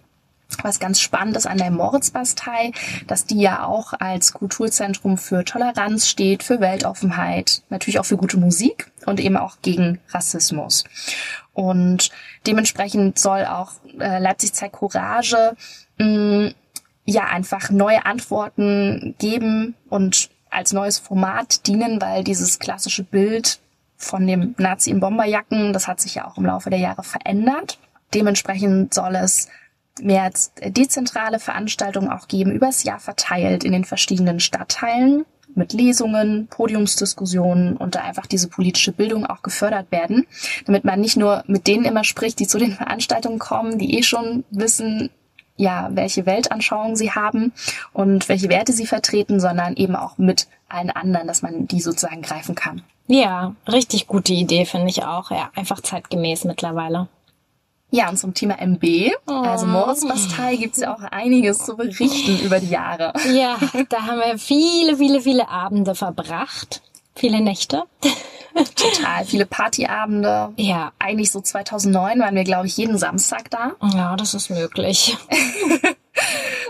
S1: Was ganz spannend ist an der Moritzbastei, dass die ja auch als Kulturzentrum für Toleranz steht, für Weltoffenheit, natürlich auch für gute Musik und eben auch gegen Rassismus. Und dementsprechend soll auch äh, Leipzig zeigt Courage mh, ja einfach neue Antworten geben und als neues Format dienen, weil dieses klassische Bild von dem Nazi in Bomberjacken, das hat sich ja auch im Laufe der Jahre verändert. Dementsprechend soll es mehr als dezentrale Veranstaltungen auch geben, übers Jahr verteilt in den verschiedenen Stadtteilen mit Lesungen, Podiumsdiskussionen und da einfach diese politische Bildung auch gefördert werden, damit man nicht nur mit denen immer spricht, die zu den <laughs> Veranstaltungen kommen, die eh schon wissen, ja, welche Weltanschauung sie haben und welche Werte sie vertreten, sondern eben auch mit allen anderen, dass man die sozusagen greifen kann.
S2: Ja, richtig gute Idee, finde ich auch. Ja, einfach zeitgemäß mittlerweile.
S1: Ja, und zum Thema MB, also
S2: Oh.
S1: Moritzbastei, gibt es ja auch einiges zu berichten über die Jahre.
S2: Ja, da haben wir viele, viele, viele Abende verbracht. Viele Nächte.
S1: Total viele Partyabende.
S2: Ja.
S1: Eigentlich so 2009 waren wir, glaube ich, jeden Samstag da.
S2: Ja, das ist möglich.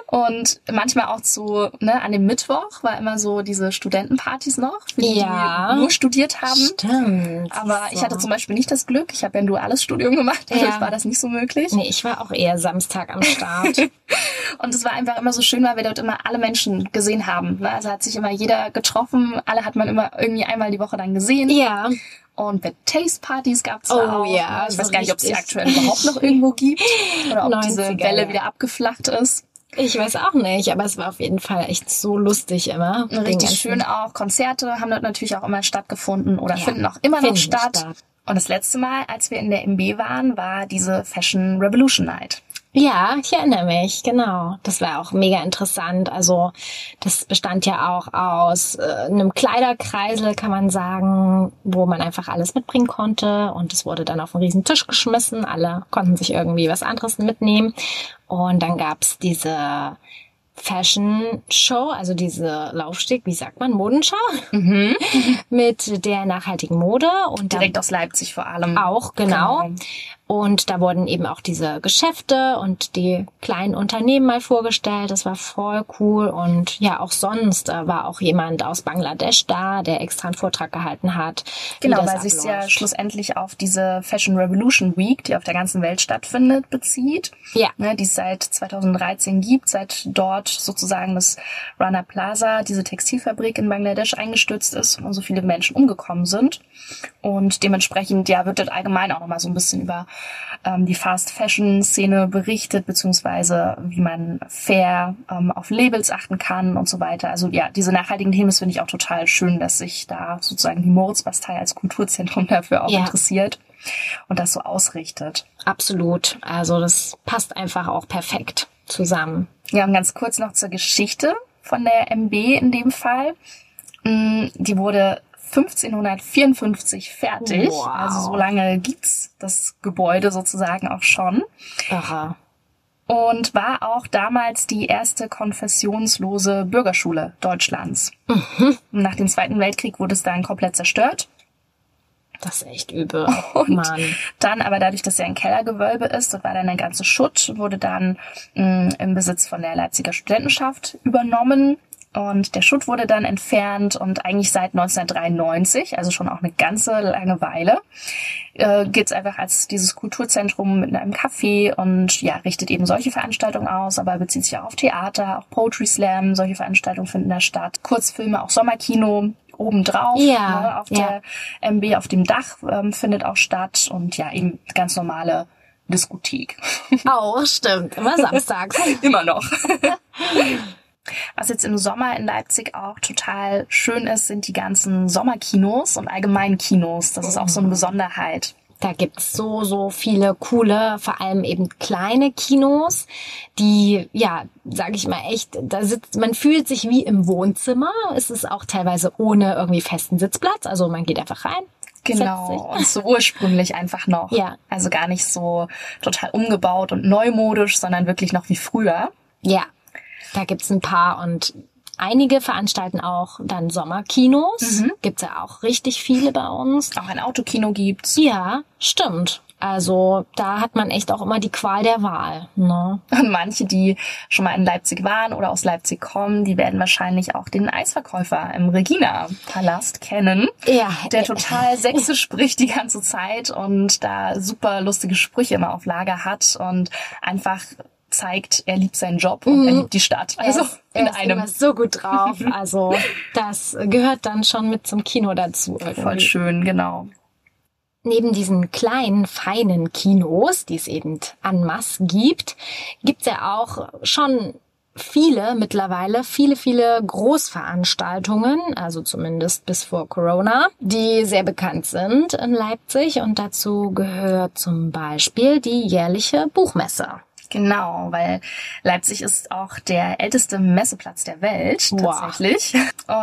S1: Und manchmal auch zu, ne, an dem Mittwoch war immer so diese Studentenpartys noch, für die,
S2: Ja.
S1: die nur studiert haben.
S2: Stimmt.
S1: Aber ich hatte
S2: So.
S1: zum Beispiel nicht das Glück, ich habe ja ein duales Studium gemacht, dadurch
S2: Ja.
S1: war das nicht so möglich.
S2: Nee, ich war auch eher Samstag am Start.
S1: <laughs> Und es war einfach immer so schön, weil wir dort immer alle Menschen gesehen haben. ne? Also hat sich immer jeder getroffen, alle hat man immer irgendwie einmal die Woche dann gesehen.
S2: ja.
S1: Und Bad Taste Partys gab's
S2: Oh
S1: auch.
S2: ja,
S1: ich
S2: so
S1: weiß gar nicht, ob es die
S2: richtig.
S1: aktuell überhaupt noch irgendwo gibt
S2: <laughs>
S1: oder ob diese
S2: 90er,
S1: Welle
S2: ja.
S1: wieder abgeflacht ist.
S2: Ich weiß auch nicht, aber es war auf jeden Fall echt so lustig immer. Den
S1: Richtig
S2: ganzen-
S1: schön auch. Konzerte haben dort natürlich auch immer stattgefunden oder
S2: Ja,
S1: finden auch immer noch
S2: finden
S1: statt.
S2: statt.
S1: Und das letzte Mal, als wir in der MB waren, war diese Fashion Revolution Night.
S2: Ja, ich erinnere mich, genau. Das war auch mega interessant. Also das bestand ja auch aus äh, einem Kleiderkreisel, kann man sagen, wo man einfach alles mitbringen konnte. Und es wurde dann auf einen riesen Tisch geschmissen. Alle konnten sich irgendwie was anderes mitnehmen. Und dann gab's diese Fashion Show, also diese Laufsteg, wie sagt man, Modenschau, <laughs> mit der nachhaltigen Mode. Und dann
S1: Direkt aus Leipzig vor allem.
S2: auch, genau.
S1: Mhm. Genau.
S2: Und da wurden eben auch diese Geschäfte und die kleinen Unternehmen mal vorgestellt. Das war voll cool. Und ja, auch sonst äh, war auch jemand aus Bangladesch da, der extra einen Vortrag gehalten hat. wie
S1: Genau,
S2: das
S1: weil sich ja
S2: abläuft.
S1: schlussendlich auf diese Fashion Revolution Week, die auf der ganzen Welt stattfindet, bezieht.
S2: Ja.
S1: Ne, die es seit 2013 gibt, seit dort sozusagen das Rana Plaza, diese Textilfabrik in Bangladesch eingestürzt ist und so viele Menschen umgekommen sind. Und dementsprechend ja, wird dort allgemein auch nochmal so ein bisschen über ähm, die Fast Fashion Szene berichtet, beziehungsweise wie man fair ähm, auf Labels achten kann und so weiter. Also ja, diese nachhaltigen Themen das finde ich auch total schön, dass sich da sozusagen die Moritzbastei als Kulturzentrum dafür auch
S2: Ja.
S1: interessiert und das so ausrichtet.
S2: Absolut. Also das passt einfach auch perfekt zusammen.
S1: Ja, und ganz kurz noch zur Geschichte von der MB in dem Fall. Mm, Die wurde 1554 fertig.
S2: Wow.
S1: Also so lange gibt's das Gebäude sozusagen auch schon.
S2: Aha.
S1: Und war auch damals die erste konfessionslose Bürgerschule Deutschlands. Nach dem Zweiten Weltkrieg wurde es dann komplett zerstört.
S2: Das ist echt übel.
S1: <laughs> Und
S2: Mann.
S1: Ähm, dann aber dadurch, dass er ein Kellergewölbe ist, das war dann der ganze Schutt, wurde dann mh, im Besitz von der Leipziger Studentenschaft übernommen. Und der Schutt wurde dann entfernt und eigentlich seit 1993, also schon auch eine ganze lange Weile, äh, geht's einfach als dieses Kulturzentrum mit einem Café und ja, richtet eben solche Veranstaltungen aus, aber bezieht sich auch auf Theater, auch Poetry Slam, solche Veranstaltungen finden da statt. Kurzfilme, auch Sommerkino obendrauf
S2: Ja,
S1: ne, auf
S2: ja.
S1: der MB auf dem Dach ähm, findet auch statt und ja, eben ganz normale Diskothek. <laughs>
S2: Auch, stimmt. Immer <laughs> samstags.
S1: Immer noch. Was jetzt im Sommer in Leipzig auch total schön ist, sind die ganzen Sommerkinos und allgemein Kinos. Das ist auch so
S2: Oh.
S1: eine Besonderheit.
S2: Da gibt's so, so viele coole, vor allem eben kleine Kinos, die, ja, sage ich mal echt, da sitzt, man fühlt sich wie im Wohnzimmer. Es ist auch teilweise ohne irgendwie festen Sitzplatz. Also man geht einfach rein.
S1: Genau, und so ursprünglich einfach noch.
S2: Ja.
S1: Also gar nicht so total umgebaut und neumodisch, sondern wirklich noch wie früher.
S2: Ja, da gibt's ein paar und einige veranstalten auch dann Sommerkinos. Gibt's ja auch richtig viele bei uns.
S1: Auch ein Autokino gibt's.
S2: Ja, stimmt. Also da hat man echt auch immer die Qual der Wahl. Ne?
S1: Und manche, die schon mal in Leipzig waren oder aus Leipzig kommen, die werden wahrscheinlich auch den Eisverkäufer im Regina-Palast kennen,
S2: Ja,
S1: der
S2: äh,
S1: total sächsisch <laughs> spricht die ganze Zeit und da super lustige Sprüche immer auf Lager hat und einfach zeigt, er liebt seinen Job und er liebt die Stadt.
S2: Mhm. er ist-
S1: <laughs> Also in
S2: er ist
S1: einem.
S2: Immer so gut drauf. Also das gehört dann schon mit zum Kino dazu.
S1: Voll
S2: Irgendwie.
S1: schön, genau.
S2: Neben diesen kleinen, feinen Kinos, die es eben en masse gibt, gibt's ja auch schon viele mittlerweile, viele, viele Großveranstaltungen, also zumindest bis vor Corona, die sehr bekannt sind in Leipzig. Und dazu gehört zum Beispiel die jährliche Buchmesse.
S1: Genau, weil Leipzig ist auch der älteste Messeplatz der Welt
S2: Wow.
S1: tatsächlich.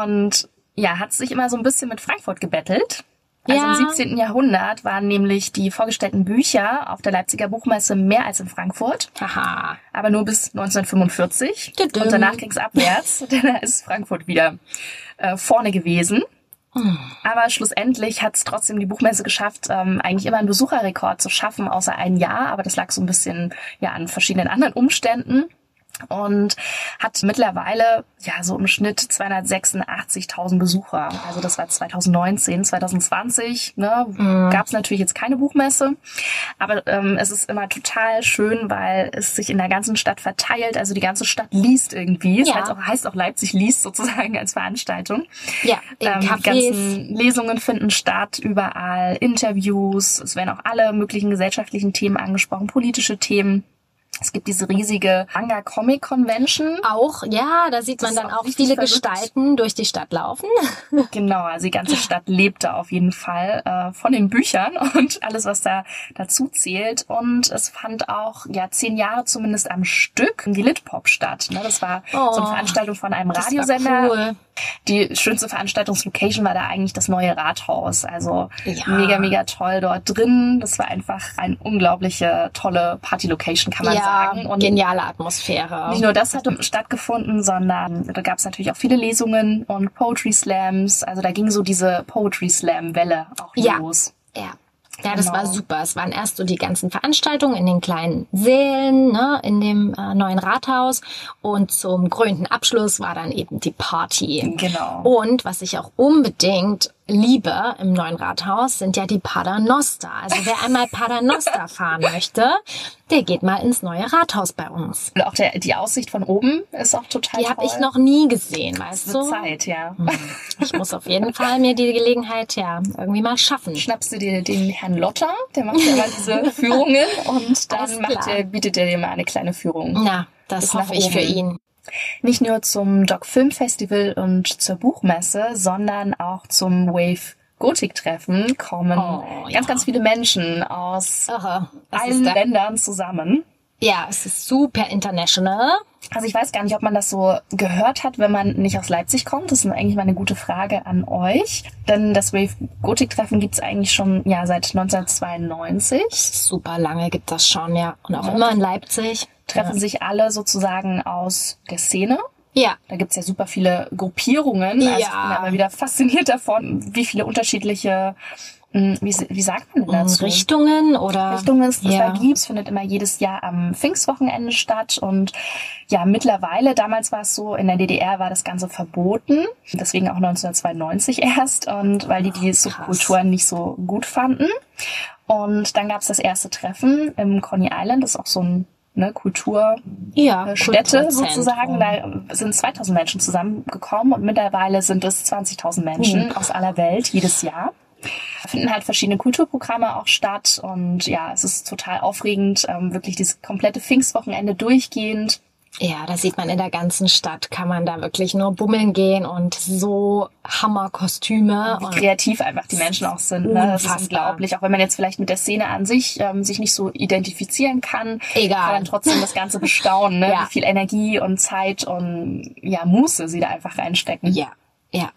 S1: Und ja, hat sich immer so ein bisschen mit Frankfurt gebettelt. Also
S2: Ja.
S1: im 17. Jahrhundert waren nämlich die vorgestellten Bücher auf der Leipziger Buchmesse mehr als in Frankfurt,
S2: Haha.
S1: aber nur bis 1945.
S2: Tüdüm.
S1: Und danach ging es abwärts, denn da ist Frankfurt wieder äh, vorne gewesen. Aber schlussendlich hat es trotzdem die Buchmesse geschafft, ähm, eigentlich immer einen Besucherrekord zu schaffen, außer ein Jahr. Aber das lag so ein bisschen ja an verschiedenen anderen Umständen und hat mittlerweile ja so im Schnitt 286.000 Besucher. Also das war 2019, 2020 ne, gab es natürlich jetzt keine Buchmesse, aber ähm, es ist immer total schön, weil es sich in der ganzen Stadt verteilt. Also die ganze Stadt liest irgendwie.
S2: Ja.
S1: Das heißt auch, heißt auch Leipzig liest sozusagen als Veranstaltung.
S2: Ja, in
S1: Ähm, die
S2: Cafés.
S1: ganzen Lesungen finden statt, überall Interviews, es werden auch alle möglichen gesellschaftlichen Themen angesprochen, politische Themen. Es gibt diese riesige Anger Comic Convention.
S2: Auch, ja, da sieht
S1: Das
S2: man
S1: ist
S2: dann
S1: auch
S2: auch
S1: richtig
S2: viele
S1: verrückt.
S2: Gestalten durch die Stadt laufen. Ah.
S1: Genau, also die ganze Stadt lebt da auf jeden Fall äh, von den Büchern <laughs> und alles, was da dazu zählt. Und es fand auch ja zehn Jahre zumindest am Stück die Litpop statt. Ne? Das war so eine
S2: Oh,
S1: Veranstaltung von einem
S2: Das war
S1: Radiosender.
S2: Cool.
S1: Die schönste Veranstaltungslocation war da eigentlich das neue Rathaus. Also
S2: Ja.
S1: mega, mega toll dort drin. Das war einfach eine unglaubliche, tolle Party-Location, kann man
S2: Ja,
S1: sagen. Und
S2: geniale Atmosphäre.
S1: nicht nur das hat stattgefunden, sondern da gab es natürlich auch viele Lesungen und Poetry Slams. Also da ging so diese Poetry Slam-Welle auch
S2: Ja.
S1: los.
S2: Ja. Ja, das
S1: Genau.
S2: war super. Es waren erst so die ganzen Veranstaltungen in den kleinen Sälen, ne, in dem äh, neuen Rathaus. Und zum krönenden Abschluss war dann eben die Party.
S1: Genau.
S2: Und was ich auch unbedingt liebe im neuen Rathaus, sind ja die Paternoster. Also wer einmal
S1: <laughs>
S2: Paternoster fahren möchte, der geht mal ins neue Rathaus bei uns.
S1: Und auch der, die Aussicht von oben ist auch total
S2: Die
S1: toll.
S2: habe ich noch Mhm. nie gesehen,
S1: Es
S2: weißt
S1: wird
S2: du?
S1: Zeit, ja.
S2: Ich muss
S1: <laughs>
S2: auf jeden Fall mir die Gelegenheit ja irgendwie mal schaffen.
S1: Schnappst du dir den Herrn Lotter, der macht ja immer
S2: <laughs>
S1: diese Führungen und
S2: Alles
S1: dann macht
S2: klar. Mhm.
S1: er, bietet er dir mal eine kleine Führung.
S2: Na,
S1: Bis
S2: das
S1: nach
S2: hoffe ich für
S1: oben.
S2: ihn.
S1: Nicht nur zum Doc Film Festival und zur Buchmesse, sondern auch zum Wave Gothic Treffen kommen
S2: Oh,
S1: ganz,
S2: ja.
S1: ganz viele Menschen aus
S2: Irre. Das
S1: allen
S2: ist der
S1: Ländern zusammen.
S2: Ja, es ist super international.
S1: Also ich weiß gar nicht, ob man das so gehört hat, wenn man nicht aus Leipzig kommt. Das ist eigentlich mal eine gute Frage an euch. Denn das Wave Gothic Treffen gibt's eigentlich schon ja seit 1992.
S2: Super lange gibt das schon, ja. Und auch immer in Leipzig.
S1: Treffen sich alle sozusagen aus der Szene.
S2: Ja.
S1: Da gibt's ja super viele Gruppierungen. Also ich bin
S2: Ja.
S1: immer wieder fasziniert davon, wie viele unterschiedliche, mh, wie, wie sagt man denn
S2: ja.
S1: dazu?
S2: Richtungen oder?
S1: Richtungen es
S2: Ja.
S1: ja. gibt. Es findet immer jedes Jahr am Pfingstwochenende statt. Und ja, mittlerweile, damals war es so, in der DDR war das Ganze verboten. Deswegen auch 1992 erst. Und weil die die Subkulturen nicht so gut fanden. Und dann gab es das erste Treffen im Coney Island. Das ist auch so ein ne, Kultur,
S2: Ja.
S1: äh, Städte
S2: Kulturzentrum.
S1: sozusagen. Da sind 2000 Menschen zusammengekommen und mittlerweile sind es 20.000 Menschen
S2: Mhm.
S1: aus aller Welt jedes Jahr. Da Finden halt verschiedene Kulturprogramme auch statt und ja, es ist total aufregend, ähm, wirklich dieses komplette Pfingstwochenende durchgehend.
S2: Ja, das sieht man in der ganzen Stadt, kann man da wirklich nur bummeln gehen und so Hammerkostüme.
S1: Wie
S2: Und
S1: kreativ einfach die Menschen auch sind. Ne? Das ist
S2: oh. Unfassbar.
S1: unglaublich. Auch wenn man jetzt vielleicht mit der Szene an sich ähm, sich nicht so identifizieren kann,
S2: Egal.
S1: kann man trotzdem das Ganze bestaunen, ne?
S2: <laughs> Ja.
S1: wie viel Energie und Zeit und ja, Muße sie da einfach reinstecken.
S2: ja, ja.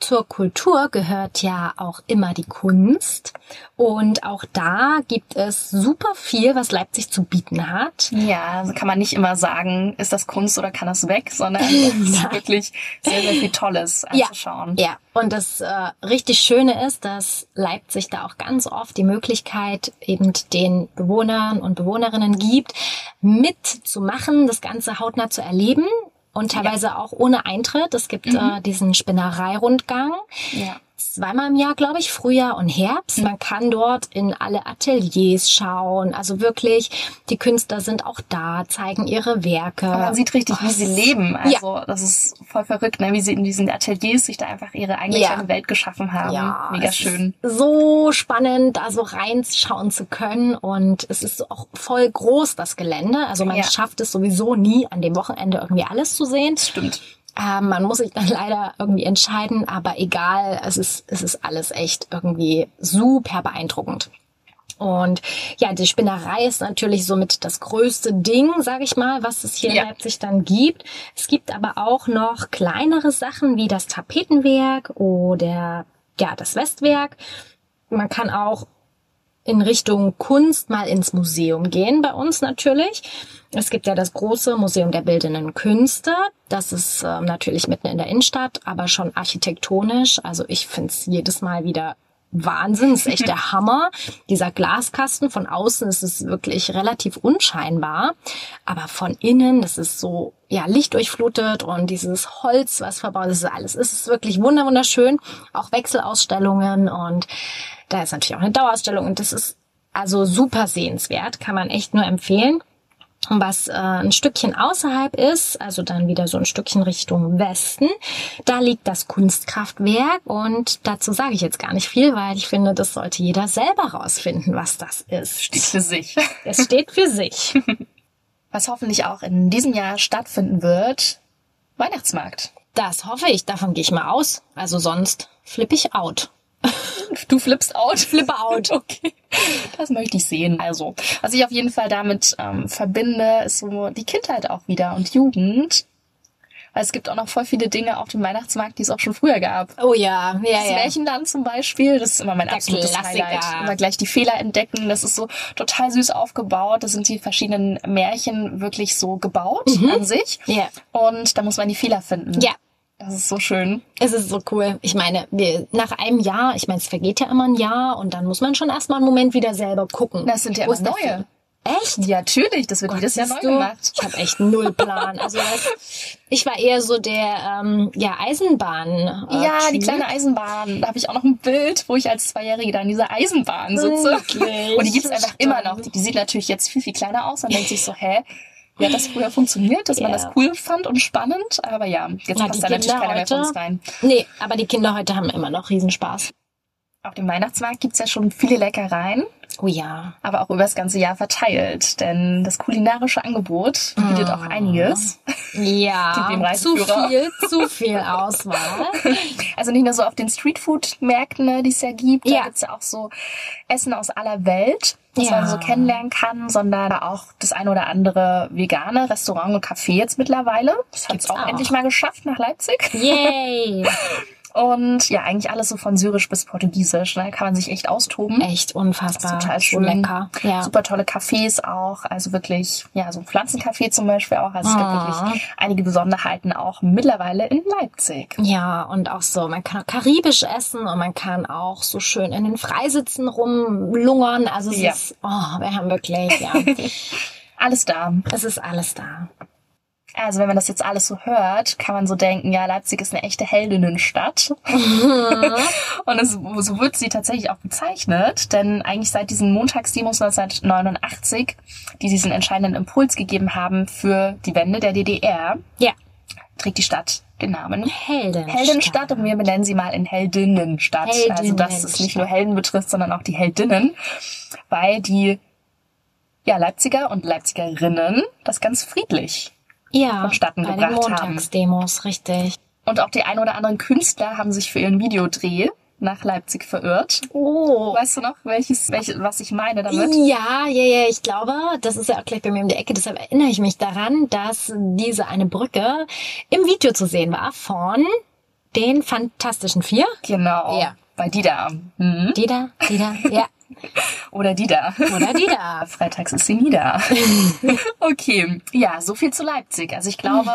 S2: Zur Kultur gehört ja auch immer die Kunst. Und auch da gibt es super viel, was Leipzig zu bieten hat.
S1: Ja, also kann man nicht immer sagen, ist das Kunst oder kann das weg,
S2: <laughs>
S1: sondern es ist wirklich sehr, sehr viel Tolles
S2: Ja.
S1: anzuschauen.
S2: Ja, und das äh, richtig Schöne ist, dass Leipzig da auch ganz oft die Möglichkeit eben den Bewohnern und Bewohnerinnen gibt, mitzumachen, das Ganze hautnah zu erleben und teilweise auch ohne Eintritt. Es gibt äh, diesen Spinnereirundgang
S1: Ja.
S2: zweimal im Jahr, glaube ich, Frühjahr und Herbst.
S1: Mhm.
S2: Man kann dort in alle Ateliers schauen. Also wirklich, die Künstler sind auch da, zeigen ihre Werke.
S1: Und man sieht richtig,
S2: Oh,
S1: wie sie
S2: es-
S1: leben. Also das ist voll verrückt, ne? wie sie in diesen Ateliers sich da einfach ihre eigene
S2: Ja.
S1: kleine Welt geschaffen haben. Mega
S2: es
S1: schön.
S2: Ist so spannend, da so reinschauen zu können. Und es ist auch voll groß, das Gelände. Also man
S1: Ja.
S2: schafft es sowieso nie, an dem Wochenende irgendwie alles zu sehen.
S1: Stimmt.
S2: Ähm, man muss sich dann <laughs> leider irgendwie entscheiden, aber egal, es ist, es ist alles echt irgendwie super beeindruckend. Und ja, die Spinnerei ist natürlich somit das größte Ding, sage ich mal, was es hier
S1: Ja.
S2: in Leipzig dann gibt. Es gibt aber auch noch kleinere Sachen wie das Tapetenwerk oder ja, das Westwerk. Man kann auch in Richtung Kunst mal ins Museum gehen, bei uns natürlich. Es gibt ja das große Museum der Bildenden Künste. Das ist ähm, natürlich mitten in der Innenstadt, aber schon architektonisch. Also ich find's jedes Mal wieder Wahnsinn. ist echt der Hammer. Dieser Glaskasten von außen ist es wirklich relativ unscheinbar. Aber von innen, das ist so, ja, lichtdurchflutet und dieses Holz, was verbaut ist, alles es ist wirklich wunder- wunderschön. Auch Wechselausstellungen und da ist natürlich auch eine Dauerausstellung und das ist also super sehenswert, kann man echt nur empfehlen. Und was äh, ein Stückchen außerhalb ist, also dann wieder so ein Stückchen Richtung Westen, da liegt das Kunstkraftwerk und dazu sage ich jetzt gar nicht viel, weil ich finde, das sollte jeder selber rausfinden, was das ist.
S1: Steht für sich.
S2: Es steht für sich.
S1: Was hoffentlich auch in diesem Jahr stattfinden wird, Weihnachtsmarkt.
S2: Das hoffe ich, davon gehe ich mal aus. Also sonst flippe ich out.
S1: Du flippst out.
S2: Flippe out.
S1: <laughs> Okay, das möchte ich sehen. Also, was ich auf jeden Fall damit ähm, verbinde, ist so die Kindheit auch wieder und Jugend. Weil es gibt auch noch voll viele Dinge auf dem Weihnachtsmarkt, die es auch schon früher gab.
S2: Oh ja, ja,
S1: Das
S2: ja.
S1: Märchenland zum Beispiel, das ist immer mein
S2: Der
S1: absolutes
S2: Klassiker.
S1: Highlight. Immer gleich die Fehler entdecken, das ist so total süß aufgebaut. Da sind die verschiedenen Märchen wirklich so gebaut an sich.
S2: Mhm. Ja.
S1: Und da muss man die Fehler finden.
S2: Ja,
S1: Das ist so schön.
S2: Es ist so cool. Ich meine, wir, nach einem Jahr, ich meine, es vergeht ja immer ein Jahr und dann muss man schon erstmal einen Moment wieder selber gucken.
S1: Das sind ja immer
S2: Wo ist der
S1: neue.
S2: Fehler? Echt?
S1: Ja, natürlich, das wird jedes Jahr neu
S2: Siehst du?
S1: gemacht.
S2: Ich habe echt null Plan. Also das, ich war eher so der ähm, ja, Eisenbahn. Äh,
S1: Ja, die
S2: Typ.
S1: kleine Eisenbahn. Da habe ich auch noch ein Bild, wo ich als Zweijährige da in dieser Eisenbahn sitze.
S2: Wirklich?
S1: Und die gibt's einfach immer noch.
S2: Stimmt.
S1: Die, die sieht natürlich jetzt viel, viel kleiner aus. Man denkt sich so, hä? Wie hat das früher funktioniert, dass man
S2: Ja.
S1: das cool fand und spannend? Aber ja, jetzt
S2: Ja, die
S1: passt da natürlich
S2: Kinder
S1: keiner mehr von
S2: heute.
S1: uns rein.
S2: Nee, aber die Kinder heute haben immer noch Riesenspaß.
S1: Auf dem Weihnachtsmarkt gibt's ja schon viele Leckereien.
S2: Oh ja.
S1: aber auch über das ganze Jahr verteilt. Denn das kulinarische Angebot bietet
S2: Ah.
S1: auch einiges. <laughs> Gib ihm
S2: Ja,
S1: rein,
S2: zu
S1: Führer.
S2: viel,
S1: <laughs>
S2: zu viel Auswahl.
S1: Also nicht nur so auf den Streetfood-Märkten, ne, die es ja gibt.
S2: Ja.
S1: Da gibt's ja auch so Essen aus aller Welt, das
S2: Ja.
S1: man so kennenlernen kann, sondern auch das ein oder andere vegane Restaurant und Café jetzt mittlerweile. Das hat's
S2: Gibt's
S1: auch,
S2: auch.
S1: endlich mal geschafft nach Leipzig.
S2: Yay!
S1: Und ja, eigentlich alles so von syrisch bis portugiesisch. Ne, kann man sich echt austoben.
S2: Echt unfassbar.
S1: Das ist total
S2: so
S1: schön.
S2: lecker. Ja.
S1: Super tolle Cafés auch, also wirklich, ja, so ein Pflanzencafé zum Beispiel auch. Also es gibt
S2: Ah.
S1: wirklich einige Besonderheiten auch mittlerweile in Leipzig.
S2: Ja, und auch so, man kann auch karibisch essen und man kann auch so schön in den Freisitzen rumlungern. Also es
S1: Ja.
S2: ist, oh, wir haben wirklich, ja,
S1: Alles da.
S2: es ist alles da.
S1: Also wenn man das jetzt alles so hört, kann man so denken, ja, Leipzig ist eine echte Heldinnenstadt. Mhm. <laughs> Und es, so wird sie tatsächlich auch bezeichnet, denn eigentlich seit diesen Montagsdemos 1989, die diesen entscheidenden Impuls gegeben haben für die Wende der DDR,
S2: Ja.
S1: trägt die Stadt den Namen
S2: Helden.
S1: Heldenstadt um und wir benennen sie mal in Heldinnenstadt. Also dass es nicht nur Helden betrifft, sondern auch die Heldinnen, weil die ja, Leipziger und Leipzigerinnen das ganz friedlich.
S2: ja,
S1: vonstatten
S2: bei den
S1: gebracht haben.
S2: Montagsdemos, richtig.
S1: Und auch die ein oder anderen Künstler haben sich für ihren Videodreh nach Leipzig verirrt.
S2: Oh.
S1: Weißt du noch, welches, welches was ich meine damit?
S2: Ja, ja, ja, ich glaube, das ist ja auch gleich bei mir um die Ecke. Deshalb erinnere ich mich daran, dass diese eine Brücke im Video zu sehen war von den Fantastischen Vier.
S1: Genau.
S2: Ja.
S1: Bei Dida. Mhm.
S2: Die da, die da, ja,
S1: Oder
S2: <laughs>
S1: Dida.
S2: oder die da.
S1: Freitags ist sie nie da.
S2: <laughs>
S1: okay, ja, so viel zu Leipzig. Also ich glaube,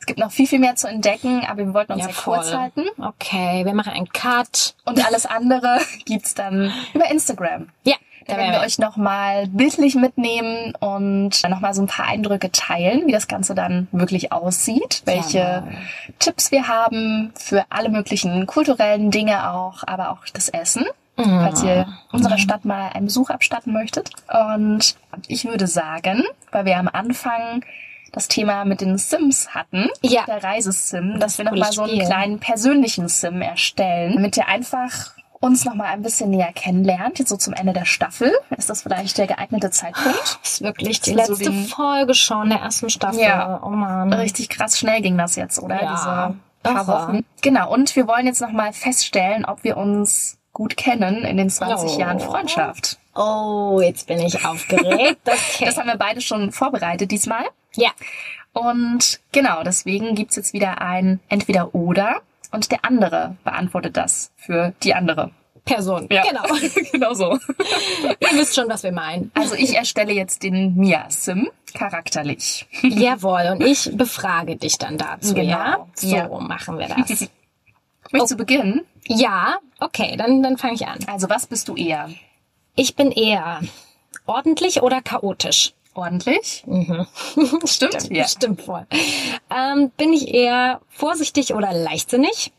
S1: es gibt noch viel, viel mehr zu entdecken, aber wir wollten uns <laughs> ja, kurz halten.
S2: Okay, wir machen einen Cut.
S1: Und alles andere <laughs> gibt's dann über Instagram.
S2: Ja,
S1: Da werden wir euch nochmal bildlich mitnehmen und dann nochmal so ein paar Eindrücke teilen, wie das Ganze dann wirklich aussieht, welche
S2: Jawohl.
S1: Tipps wir haben für alle möglichen kulturellen Dinge auch, aber auch das Essen, falls
S2: Mhm.
S1: ihr unserer Stadt mal einen Besuch abstatten möchtet. Und ich würde sagen, weil wir am Anfang das Thema mit den Sims hatten,
S2: Ja.
S1: der Reisesim, dass wir
S2: cooles
S1: nochmal so einen
S2: Spiel.
S1: kleinen persönlichen Sim erstellen, damit ihr einfach uns nochmal ein bisschen näher kennenlernt. Jetzt so zum Ende der Staffel ist das vielleicht der geeignete
S2: <gasps>
S1: Zeitpunkt.
S2: Das ist wirklich die
S1: Das ist so
S2: letzte
S1: wie-
S2: Folge schon der ersten Staffel.
S1: Ja.
S2: Oh Mann.
S1: Richtig krass schnell ging das jetzt, oder?
S2: Ja,
S1: Diese paar
S2: irre.
S1: Wochen. Genau, und wir wollen jetzt nochmal feststellen, ob wir uns gut kennen in den 20
S2: Oh.
S1: Jahren Freundschaft.
S2: Oh, jetzt bin ich
S1: <laughs>
S2: aufgeregt. Okay.
S1: Das haben wir beide schon vorbereitet diesmal.
S2: ja.
S1: Und genau, deswegen gibt's jetzt wieder ein Entweder-Oder und der andere beantwortet das für die andere.
S2: Person.
S1: Ja.
S2: Genau. <laughs>
S1: <laughs> genau so.
S2: Ihr wisst schon, was wir meinen.
S1: Also ich erstelle jetzt den Mia-Sim charakterlich.
S2: Jawohl. Und ich befrage dich dann dazu,
S1: Genau.
S2: ja? So
S1: Ja.
S2: machen wir das. Oh.
S1: Möchtest du beginnen?
S2: ja, okay, dann, dann fange ich an.
S1: Also was bist du eher?
S2: Ich bin eher ordentlich oder chaotisch.
S1: Ordentlich? <laughs> Stimmt?
S2: Mhm. Stimmt,
S1: Ja.
S2: stimmt voll. Ähm, bin ich eher vorsichtig oder leichtsinnig?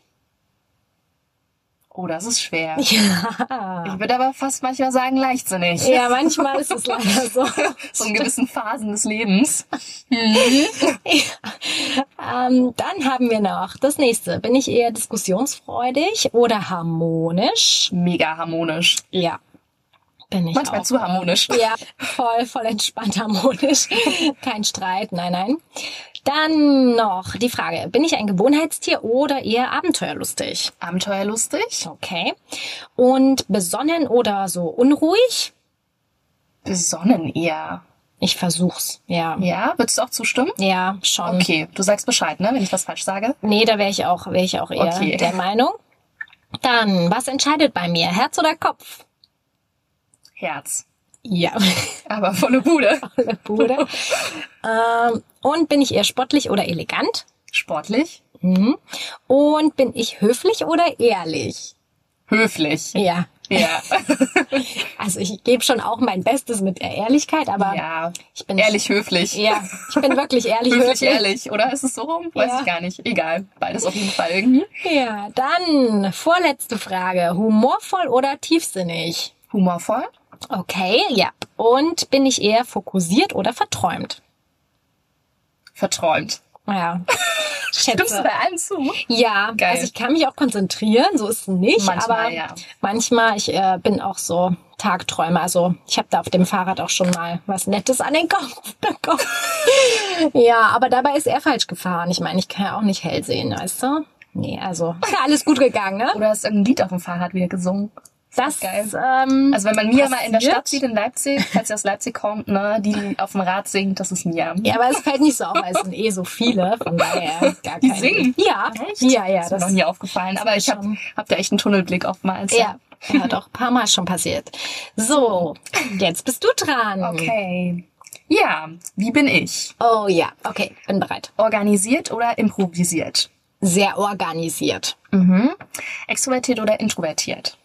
S1: Oh, das ist schwer.
S2: Ja.
S1: Ich würde aber fast manchmal sagen leichtsinnig.
S2: Ja, manchmal
S1: <laughs>
S2: ist es leider so.
S1: So in gewissen Phasen des Lebens.
S2: Ähm, dann haben wir noch das nächste. Bin ich eher diskussionsfreudig oder harmonisch?
S1: Mega harmonisch.
S2: Ja. Bin ich
S1: Manchmal
S2: auch. ähm,
S1: zu harmonisch.
S2: <laughs> Ja, voll, voll entspannt
S1: <laughs>
S2: harmonisch. Kein Streit, nein, nein. Dann noch die Frage, bin ich ein Gewohnheitstier oder eher abenteuerlustig?
S1: Abenteuerlustig.
S2: Okay. Und besonnen oder so unruhig?
S1: Besonnen eher.
S2: Ich versuch's, ja.
S1: Ja, würdest du auch zustimmen?
S2: Ja, schon.
S1: Okay, du sagst Bescheid, ne, wenn ich was falsch sage.
S2: Nee, da wäre ich auch, wäre ich auch eher
S1: Okay.
S2: der Meinung. Dann, was entscheidet bei mir? Herz oder Kopf?
S1: Herz.
S2: Ja, <laughs>
S1: Aber volle Bude. <laughs>
S2: Bruder. ähm, und bin ich eher sportlich oder elegant?
S1: Sportlich.
S2: Mhm. Und bin ich höflich oder ehrlich?
S1: Höflich.
S2: Ja,
S1: Ja.
S2: also ich gebe schon auch mein Bestes mit der Ehrlichkeit, aber
S1: ja. <laughs>
S2: ich bin
S1: Ehrlich, höflich.
S2: <laughs> Ja, ich bin wirklich ehrlich.
S1: Höflich, ehrlich, oder? Ist es so rum? Weiß
S2: Ja.
S1: ich gar nicht. Egal. Beides auf jeden Fall irgendwie.
S2: Ja, dann vorletzte Frage: Humorvoll oder tiefsinnig?
S1: Humorvoll.
S2: Okay, ja. Und bin ich eher fokussiert oder verträumt?
S1: <laughs> Verträumt.
S2: Ja.
S1: Stimmst du bei allem zu?
S2: Ja,
S1: Geil.
S2: also ich kann mich auch konzentrieren, so ist es nicht,
S1: Manchmal,
S2: aber
S1: ja.
S2: manchmal, ich äh, bin auch so Tagträumer, also ich habe da auf dem Fahrrad auch schon mal was Nettes an den Kopf <laughs> bekommen. ja, aber dabei ist er falsch gefahren. Ich meine, ich kann ja auch nicht hell sehen, weißt du? Nee, also <laughs> ist ja alles gut gegangen, ne?
S1: Oder hast irgendein Lied auf dem Fahrrad wieder gesungen?
S2: Das,
S1: geil.
S2: Ähm,
S1: Also wenn man Mia mal in der
S2: Passiert?
S1: Stadt sieht, in Leipzig, falls ihr aus Leipzig kommt, ne, die auf dem Rad singt, das ist Mia.
S2: ja, aber es fällt nicht so auf, weil es sind eh so viele,
S1: <laughs>
S2: von daher gar
S1: Die
S2: keine.
S1: singen?
S2: Ja,
S1: Echt?
S2: ja, ja.
S1: Ist mir noch nie aufgefallen, aber ich hab,
S2: schon-
S1: hab da echt einen Tunnelblick oftmals.
S2: Ja, ja, doch, ein paar Mal schon passiert. So, jetzt bist du dran.
S1: Okay. Ja, wie bin ich?
S2: Oh ja, okay, bin bereit.
S1: Organisiert oder improvisiert?
S2: Sehr organisiert.
S1: Mhm. Extrovertiert oder introvertiert?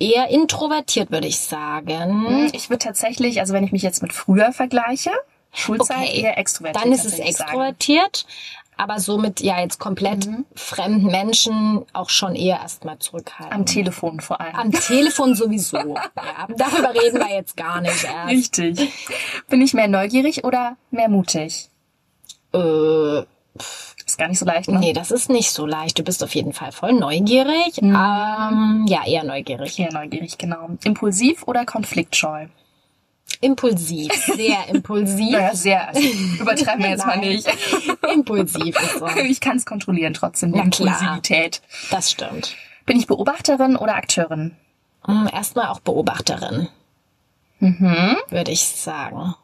S2: Eher introvertiert, würde ich sagen.
S1: Hm, Ich würde tatsächlich, also wenn ich mich jetzt mit früher vergleiche, Schulzeit
S2: Okay.
S1: eher extrovertiert.
S2: Dann ist es
S1: tatsächlich sagen. Mhm.
S2: extrovertiert, aber somit ja jetzt komplett fremden Menschen auch schon eher erstmal zurückhalten.
S1: Am Telefon vor allem.
S2: Am Telefon
S1: <laughs>
S2: sowieso. ja, darüber reden wir jetzt gar nicht erst. <laughs>
S1: Richtig. Bin ich mehr neugierig oder mehr mutig?
S2: Äh,
S1: Ist gar nicht so leicht, ne?
S2: nee, das ist nicht so leicht. Du bist auf jeden Fall voll neugierig.
S1: Mhm.
S2: Ähm, ja, eher neugierig.
S1: Eher neugierig, genau. Impulsiv oder konfliktscheu?
S2: Impulsiv, sehr impulsiv.
S1: Naja, sehr. Also, übertreiben wir jetzt mal
S2: <laughs> Nein.
S1: nicht. <laughs>
S2: Impulsiv ist so.
S1: Ich kann es kontrollieren trotzdem, die
S2: Na klar.
S1: Impulsivität.
S2: Das stimmt.
S1: Bin ich Beobachterin oder Akteurin?
S2: Hm, Erstmal auch Beobachterin.
S1: Mhm.
S2: Würde ich sagen.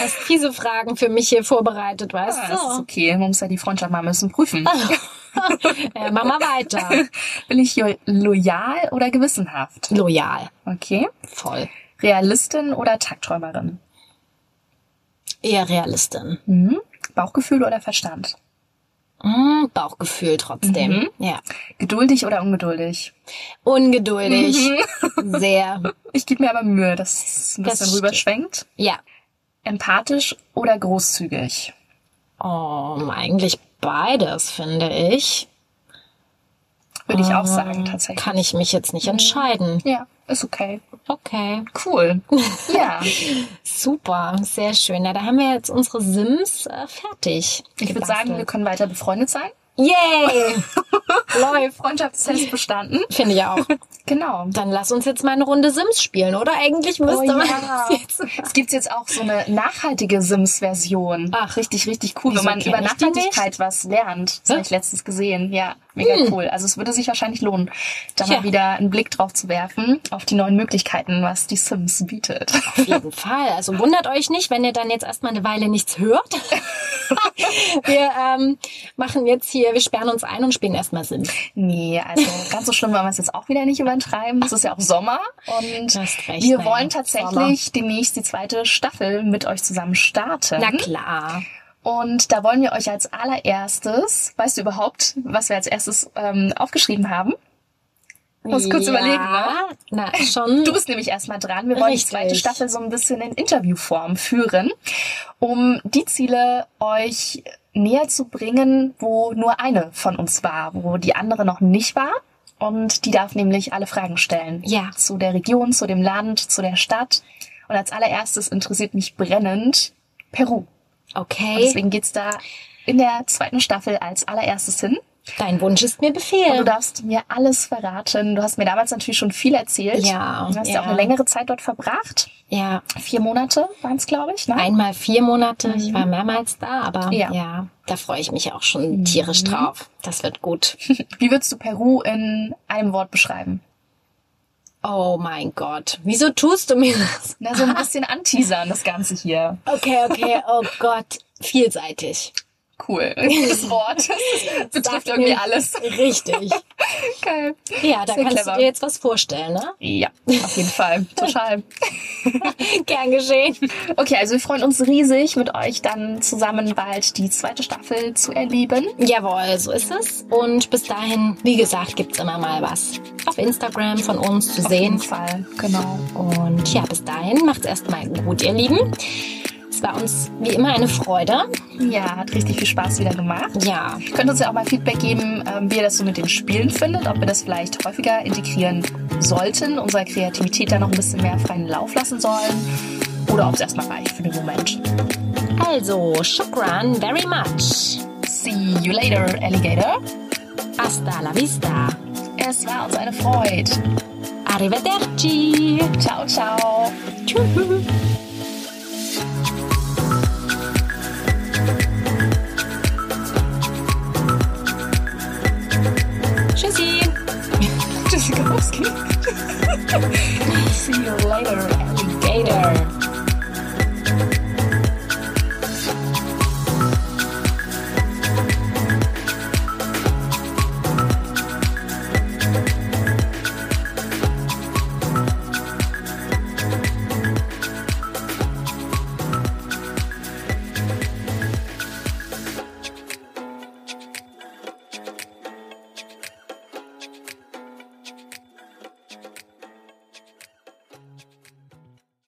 S2: Hast fiese Fragen für mich hier vorbereitet, weißt
S1: Ah,
S2: du?
S1: das ist okay. Man muss ja die Freundschaft mal ein bisschen prüfen.
S2: Ah. Äh, mach mal weiter.
S1: <laughs> Bin ich jo- loyal oder gewissenhaft?
S2: Loyal.
S1: Okay.
S2: Voll.
S1: Realistin oder Tagträumerin?
S2: Eher Realistin.
S1: Mhm. Bauchgefühl oder Verstand?
S2: Hm, Bauchgefühl trotzdem.
S1: Mhm.
S2: Ja.
S1: Geduldig oder ungeduldig?
S2: Ungeduldig.
S1: Mhm.
S2: Sehr.
S1: Ich gebe mir aber Mühe, dass es ein
S2: Das
S1: bisschen
S2: stimmt.
S1: rüberschwenkt.
S2: Ja.
S1: Empathisch oder großzügig?
S2: Oh, eigentlich beides, finde ich.
S1: Würde ich auch
S2: Ähm,
S1: sagen, tatsächlich. Mhm.
S2: Kann ich mich jetzt nicht entscheiden.
S1: Ja, ist okay.
S2: Okay.
S1: Cool.
S2: <laughs>
S1: Ja,
S2: Super. Sehr schön. Na, da haben wir jetzt unsere Sims äh, fertig.
S1: ich würde sagen, wir können weiter befreundet sein.
S2: Yay!
S1: <laughs>
S2: Läuft.
S1: Freundschaftstest bestanden.
S2: Finde ich auch.
S1: Genau.
S2: Dann lass uns jetzt mal eine Runde Sims spielen, oder? Eigentlich müsste man
S1: Oh ja.
S2: das jetzt.
S1: Es gibt jetzt auch so eine nachhaltige Sims-Version.
S2: Ach.
S1: richtig, richtig cool, wenn
S2: Wieso
S1: man
S2: kenn
S1: über
S2: ich die nicht?
S1: Nachhaltigkeit was lernt. Das habe ich letztens gesehen. Ja, mega
S2: Hm.
S1: cool. Also es würde sich wahrscheinlich lohnen, da
S2: Tja.
S1: mal wieder einen Blick drauf zu werfen auf die neuen Möglichkeiten, was die Sims bietet. <laughs>
S2: Auf jeden Fall. Also wundert euch nicht, wenn ihr dann jetzt erstmal eine Weile
S1: <laughs>
S2: nichts hört. wir ähm, machen jetzt hier, wir sperren uns ein und spielen erstmal Sims.
S1: Nee, also ganz so schlimm wollen wir es jetzt auch wieder nicht übertreiben. Es ist ja auch Sommer und
S2: Du hast recht,
S1: wir
S2: naja,
S1: wollen tatsächlich demnächst die zweite Staffel mit euch zusammen starten.
S2: Na klar.
S1: Und da wollen wir euch als allererstes, weißt du überhaupt, was wir als erstes ähm, aufgeschrieben haben? Muss kurz überlegen, ne?
S2: ne? Na, schon.
S1: Du bist nämlich erstmal dran. Wir wollen
S2: Richtig.
S1: die zweite Staffel so ein bisschen in Interviewform führen, um die Ziele euch näher zu bringen, wo nur eine von uns war, wo die andere noch nicht war. Und die darf nämlich alle Fragen stellen.
S2: Ja.
S1: Zu der Region, zu dem Land, zu der Stadt. Und als allererstes interessiert mich brennend Peru. Und
S2: okay.
S1: deswegen geht's da in der zweiten Staffel als allererstes hin.
S2: Dein Wunsch ist mir
S1: Du
S2: Befehl.
S1: darfst mir alles verraten. Du hast mir damals natürlich schon viel erzählt.
S2: Ja,
S1: Du hast ja,
S2: ja.
S1: auch eine längere Zeit dort verbracht.
S2: Ja.
S1: Vier Monate waren es, glaube ich. Ne?
S2: Einmal vier Monate. Ich war mehrmals da, aber Ah. Mhm. ja, Mhm.
S1: Ja.
S2: da freue ich mich auch schon tierisch drauf. Das wird gut.
S1: Wie würdest du Peru in einem Wort beschreiben?
S2: Oh mein Gott. Wieso tust du mir das?
S1: Na, so ein bisschen anteasern, das Ganze hier.
S2: Okay, okay. Oh Gott. Vielseitig.
S1: <laughs> Cool. Das Wort das betrifft irgendwie
S2: mir-
S1: alles.
S2: Richtig.
S1: Geil.
S2: Ja, da
S1: Sehr
S2: kannst
S1: clever.
S2: du dir jetzt was vorstellen, ne?
S1: Ja, auf jeden Fall. Total.
S2: Gern geschehen.
S1: Okay, also wir freuen uns riesig, mit euch dann zusammen bald die zweite Staffel zu erleben.
S2: Jawohl, so ist es. Und bis dahin, wie gesagt, gibt's immer mal was auf Instagram von uns zu
S1: Auf jeden
S2: sehen.
S1: Fall. Genau.
S2: Und ja, bis dahin macht's erstmal gut, ihr Lieben. Es war uns wie immer eine Freude.
S1: Ja, hat richtig viel Spaß wieder gemacht.
S2: Ja,
S1: Ihr könnt uns ja auch mal Feedback geben, ähm, wie ihr das so mit dem Spielen findet, ob wir das vielleicht häufiger integrieren sollten, unserer Kreativität da noch ein bisschen mehr freien Lauf lassen sollen oder ob es erstmal reicht für den Moment.
S2: also, shukran very much.
S1: See you later, Alligator.
S2: Hasta la vista.
S1: Es war uns eine Freude.
S2: Arrivederci.
S1: Ciao, ciao. <laughs>
S2: Tschüss. Tschüssi.
S1: Tschüssikowski. See you later, Alligator.